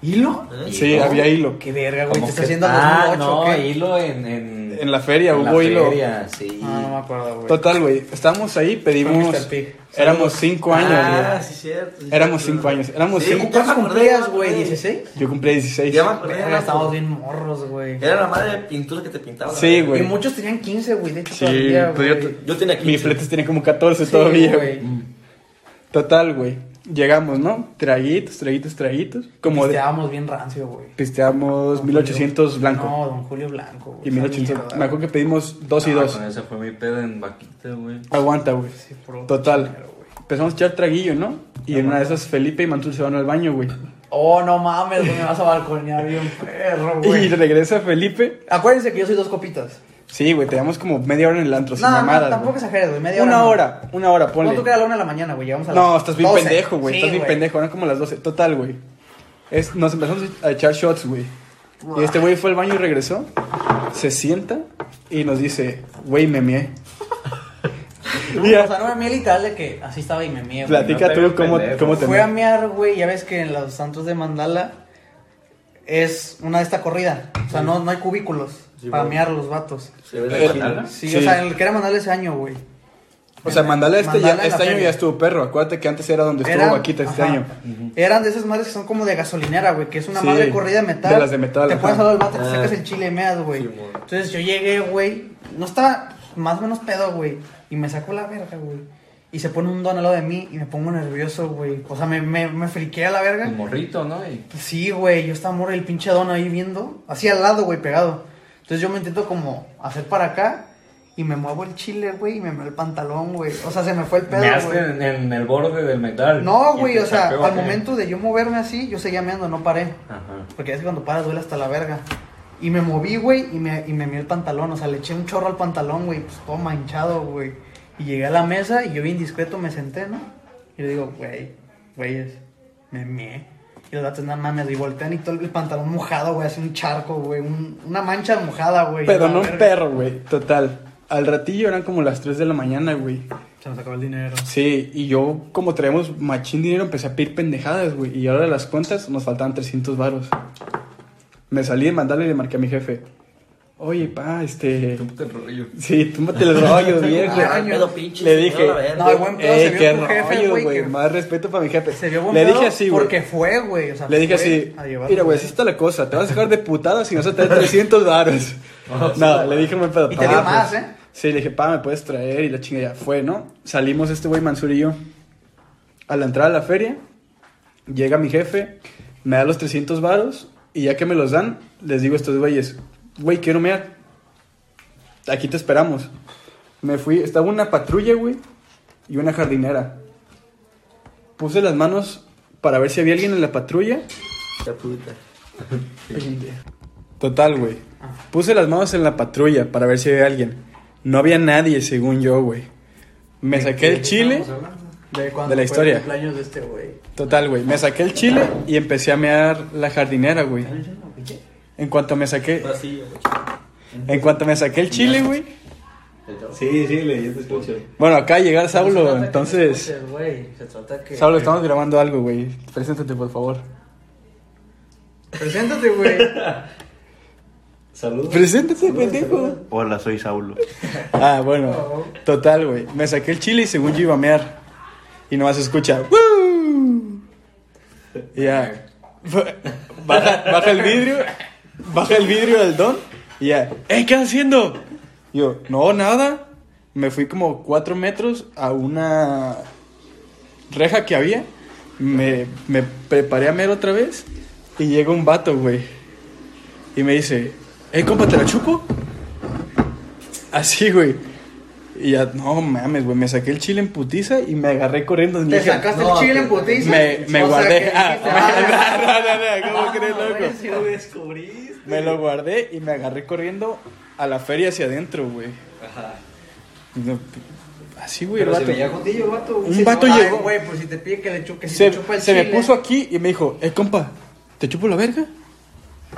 ¿Hilo?
¿Eh?
Sí, había Hilo.
Qué verga, güey.
¿Cómo
Te está
que-
haciendo
ah,
2008,
no,
¿o qué?
hilo en,
Mm.
en,
En la feria,
en la
hubo hilo.
feria, sí.
Ah, No, no me acuerdo, güey.
Total, güey, estábamos ahí, pedimos.
Fue Mr. Pig.
Éramos 5 años,
Ah,
güey.
sí, cierto. sí,
Éramos
cierto.
cinco años, éramos
Sí,
cinco.
ya me
¿Cuántos
acordé, ya me
cumplías,
acordé.
güey? ¿16?
Yo cumplí 16.
Ya me acordé,
Verga,
era-
estábamos bien morros, güey.
Era la madre de pintura que te pintaba.
Sí,
¿verdad?
güey.
Y muchos tenían 15, güey. De hecho,
Sí,
todavía,
pues yo
güey.
Yo tenía 15.
Mi fletes tiene como 14
Sí,
todavía,
güey.
Total, güey. llegamos, ¿no? Traguitos, traguitos, traguitos. Como de,
Pisteábamos bien rancio, güey.
pisteamos
Don
1800
Julio-
blanco.
No, Don Julio Blanco, güey.
y
Esa
1800.
mierda,
Me acuerdo que pedimos dos y
Ah,
dos.
con esa fue mi pedo en vaquita, güey.
Aguanta, güey.
Sí, puro
Total.
cochinero, güey.
Empezamos a echar traguillo, ¿no? Y en una de esas Felipe y Mantul se van al baño, güey.
Oh, no mames, güey, me vas a balconear bien perro,
Y
güey.
regresa Felipe.
Acuérdense que yo soy dos copitas.
Sí, güey, teníamos como media hora en el antro, Pues sin
No, no,
mamadas.
tampoco
güey.
exageres, güey, media
Una
hora no.
hora, una hora, ponle.
¿Cuánto tú que era la una de la mañana, güey? Llegamos a
No,
las
estás bien
12.
pendejo, güey.
Sí,
estás bien pendejo. Eran como las 12. Total, güey. Es- nos empezamos a echar shots, güey. Y este güey fue al baño y regresó. Se sienta y nos dice, güey, me mié.
No,
Y
O sea,
ya,
no me mié literal de que así estaba y me mié, güey.
platica
no te
tú
hagas
cómo,
pendejo.
cómo te
Fue a
mié.
mear, güey, ya ves que en los santos de Mandala es una de esta corrida. O sea, no, no hay cubículos para mear los vatos.
Se ve
Eh,
la chingada.
Sí,
Sí.
o sea, en el que era Mandala ese año, güey.
O sea, mandala este,
Mandala en
ya,
la
este año
feria.
ya estuvo perro. Acuérdate que antes era donde estuvo
Eran-
vaquita este
ajá.
año.
Eran de esas madres que son como de gasolinera, güey, que es una
Sí,
madre corrida de metal.
de las de metal,
Te
ajá.
pones al lado del vato, te
Ah.
sacas el chile y meas, güey.
Sí, mon.
Entonces yo llegué, güey, no estaba más o menos pedo, güey, y me sacó la verga, güey. Y se pone un don al lado de mí y me pongo nervioso, güey. O sea, me, me, me friqué a la verga.
Mm.
Pues
El morrito, ¿no? Y
Sí, güey, yo estaba morro el pinche don ahí viendo, así al lado, güey, pegado. Entonces yo me intento como hacer para acá y me muevo el chile, güey, y me muevo el pantalón, güey. O sea, se me fue el pedo,
measte
güey.
en, en el borde del metal.
No,
Y
güey,
te
o sea,
sapeó
al
acá.
momento de yo moverme así, yo seguía meando, no paré.
Ajá.
Porque es que cuando paras duele hasta la verga. Y me moví, güey, y me, y me miré el pantalón. O sea, le eché un chorro al pantalón, güey, pues todo manchado, güey. Y llegué a la mesa y yo bien discreto me senté, ¿no? Y le digo, güey, güeyes, me mié. Y los datos, nada mames, y voltean y todo el pantalón mojado, güey, así un charco, güey, un- una mancha mojada, güey.
Pero
la
no un
verga.
perro, güey. Total. Al ratillo eran como las 3 de la mañana, güey.
Se nos acabó el dinero.
Sí, y yo, como traemos machín dinero, empecé a pedir pendejadas, güey. Y ahora de las cuentas nos faltaban 300 varos. Me salí de mandarle y le marqué a mi jefe. Oye, pa, este...
Tú te rollo.
Sí, túmate el rollo, viejo.
Ah, el pedo pinche,
Le
se
dije,
dio la verga.
No, el buen pedo
"Ey,
se vio
qué
con jefe,
rollo,
güey,
güey.
que-
Más respeto para mi jefe.
Se vio buen
Le
pedo
dije así, güey.
Porque fue, güey. O sea,
Le dije
fue
así,
a llevarlo,
mira, güey, así está la cosa. Te vas a dejar de putadas si no se te da 300 varos. no, le dije, me pedo. pues".
Y te dio más, ¿eh?
Sí, le dije, pa, me puedes traer. Y la chinga ya fue, ¿no? Salimos este güey Mansur y yo. A la entrada de la feria, llega mi jefe, me da los 300 varos. Y ya que me los dan, les digo a estos güeyes, güey, quiero mear. Aquí te esperamos. Me fui, estaba una patrulla, güey, y una jardinera. Puse las manos para ver si había alguien en la patrulla.
Qué puta.
Total, güey. Puse las manos en la patrulla para ver si había alguien. No había nadie, según yo, güey. Me saqué el chile.
De, cuando
de la
fue
historia.
El cumpleaños de este güey.
Total, güey. Me saqué el chile y empecé a mear la jardinera, güey. En cuanto me saqué.
Vacío, güey.
En cuanto me saqué el chile, güey.
Sí, sí, le, yo te escucho.
Bueno, acá llegar
Se trata
Saulo,
que
entonces.
no escuches, güey. Se trata que-
Saulo, estamos grabando algo, güey. Preséntate, por favor.
Preséntate, güey.
Saludos.
Preséntate, pendejo.
Hola, soy Saulo.
Ah, bueno. Total, güey. Me saqué el chile y según yo iba a mear. Y nomás se escucha. "Woo". Y ya. Baja, baja el vidrio. Baja el vidrio del don. Y ya. ¡Eh, qué andas haciendo! Yo, no, nada. Me fui como cuatro metros a una reja que había. Me, me preparé a mear otra vez. Y llega un vato, güey. Y me dice, ¡Eh, compa, te la chupo! Así, güey. Y ya, no mames, güey. Me saqué el chile en putiza y me agarré corriendo.
Te
Dije,
sacaste
No,
el chile en
que-
putiza.
Me, me
O sea,
guardé.
que
Ah,
dijiste, "Ah,
me- no, no, no, no, ¿cómo crees, loco?
güey, sí, güey.
Me lo guardé y me agarré corriendo a la feria hacia adentro, güey. No, así, güey, el
Pero se
vato.
veía jodillo el vato. güey.
Un
Sí,
vato
no,
Ay,
llegó.
güey, pues si te pide que le chupe, si
Se,
te chupa el
se me
chile.
puso aquí y me dijo, eh, compa, ¿te chupo la verga?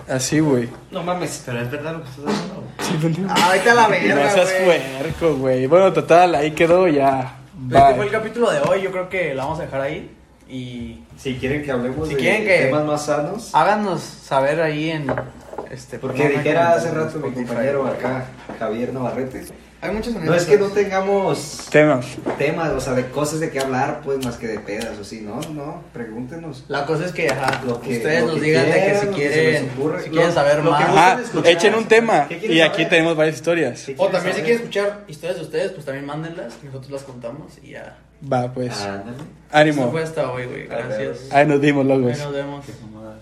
Así, güey.
No mames, pero es verdad lo que estás haciendo.
Sí, pendejo.
Ah, Ahorita la verga,
No seas
güey.
puerco, güey. Bueno, total, ahí quedó ya.
Pues Este fue
Bye.
el capítulo de hoy. Yo creo que la vamos a dejar ahí. Y
Si quieren que hablemos
Si
de
quieren que- Ah,
temas más sanos.
háganos saber ahí en. Este,
Porque
programa
dijera
que-
hace rato mi compañero acá, Javier Navarrete, hay muchas
No,
maneras
es
que
que-
no tengamos
Temas.
temas, o sea, de cosas de qué hablar, pues más que de pedas o sí, no, no, pregúntenos.
La cosa es que, ajá,
Lo que-
ustedes
lo
nos
que
digan de que
quieran,
si
lo que se
quieren,
les ocurra,
si
lo-
quieren saber
lo que
más.
Ajá,
escuchar?
echen un tema.
¿Qué quieres
Y aquí
saber?
tenemos varias historias.
¿Qué
O
quieres
también si
saber?
quieren escuchar historias de ustedes, pues también mándenlas, nosotros las contamos y ya.
Va, pues.
Ah.
Ándale.
Eso
Ánimo.
fue hasta hoy, güey. Gracias.
Ahí nos dimos, locos.
Ahí nos vemos.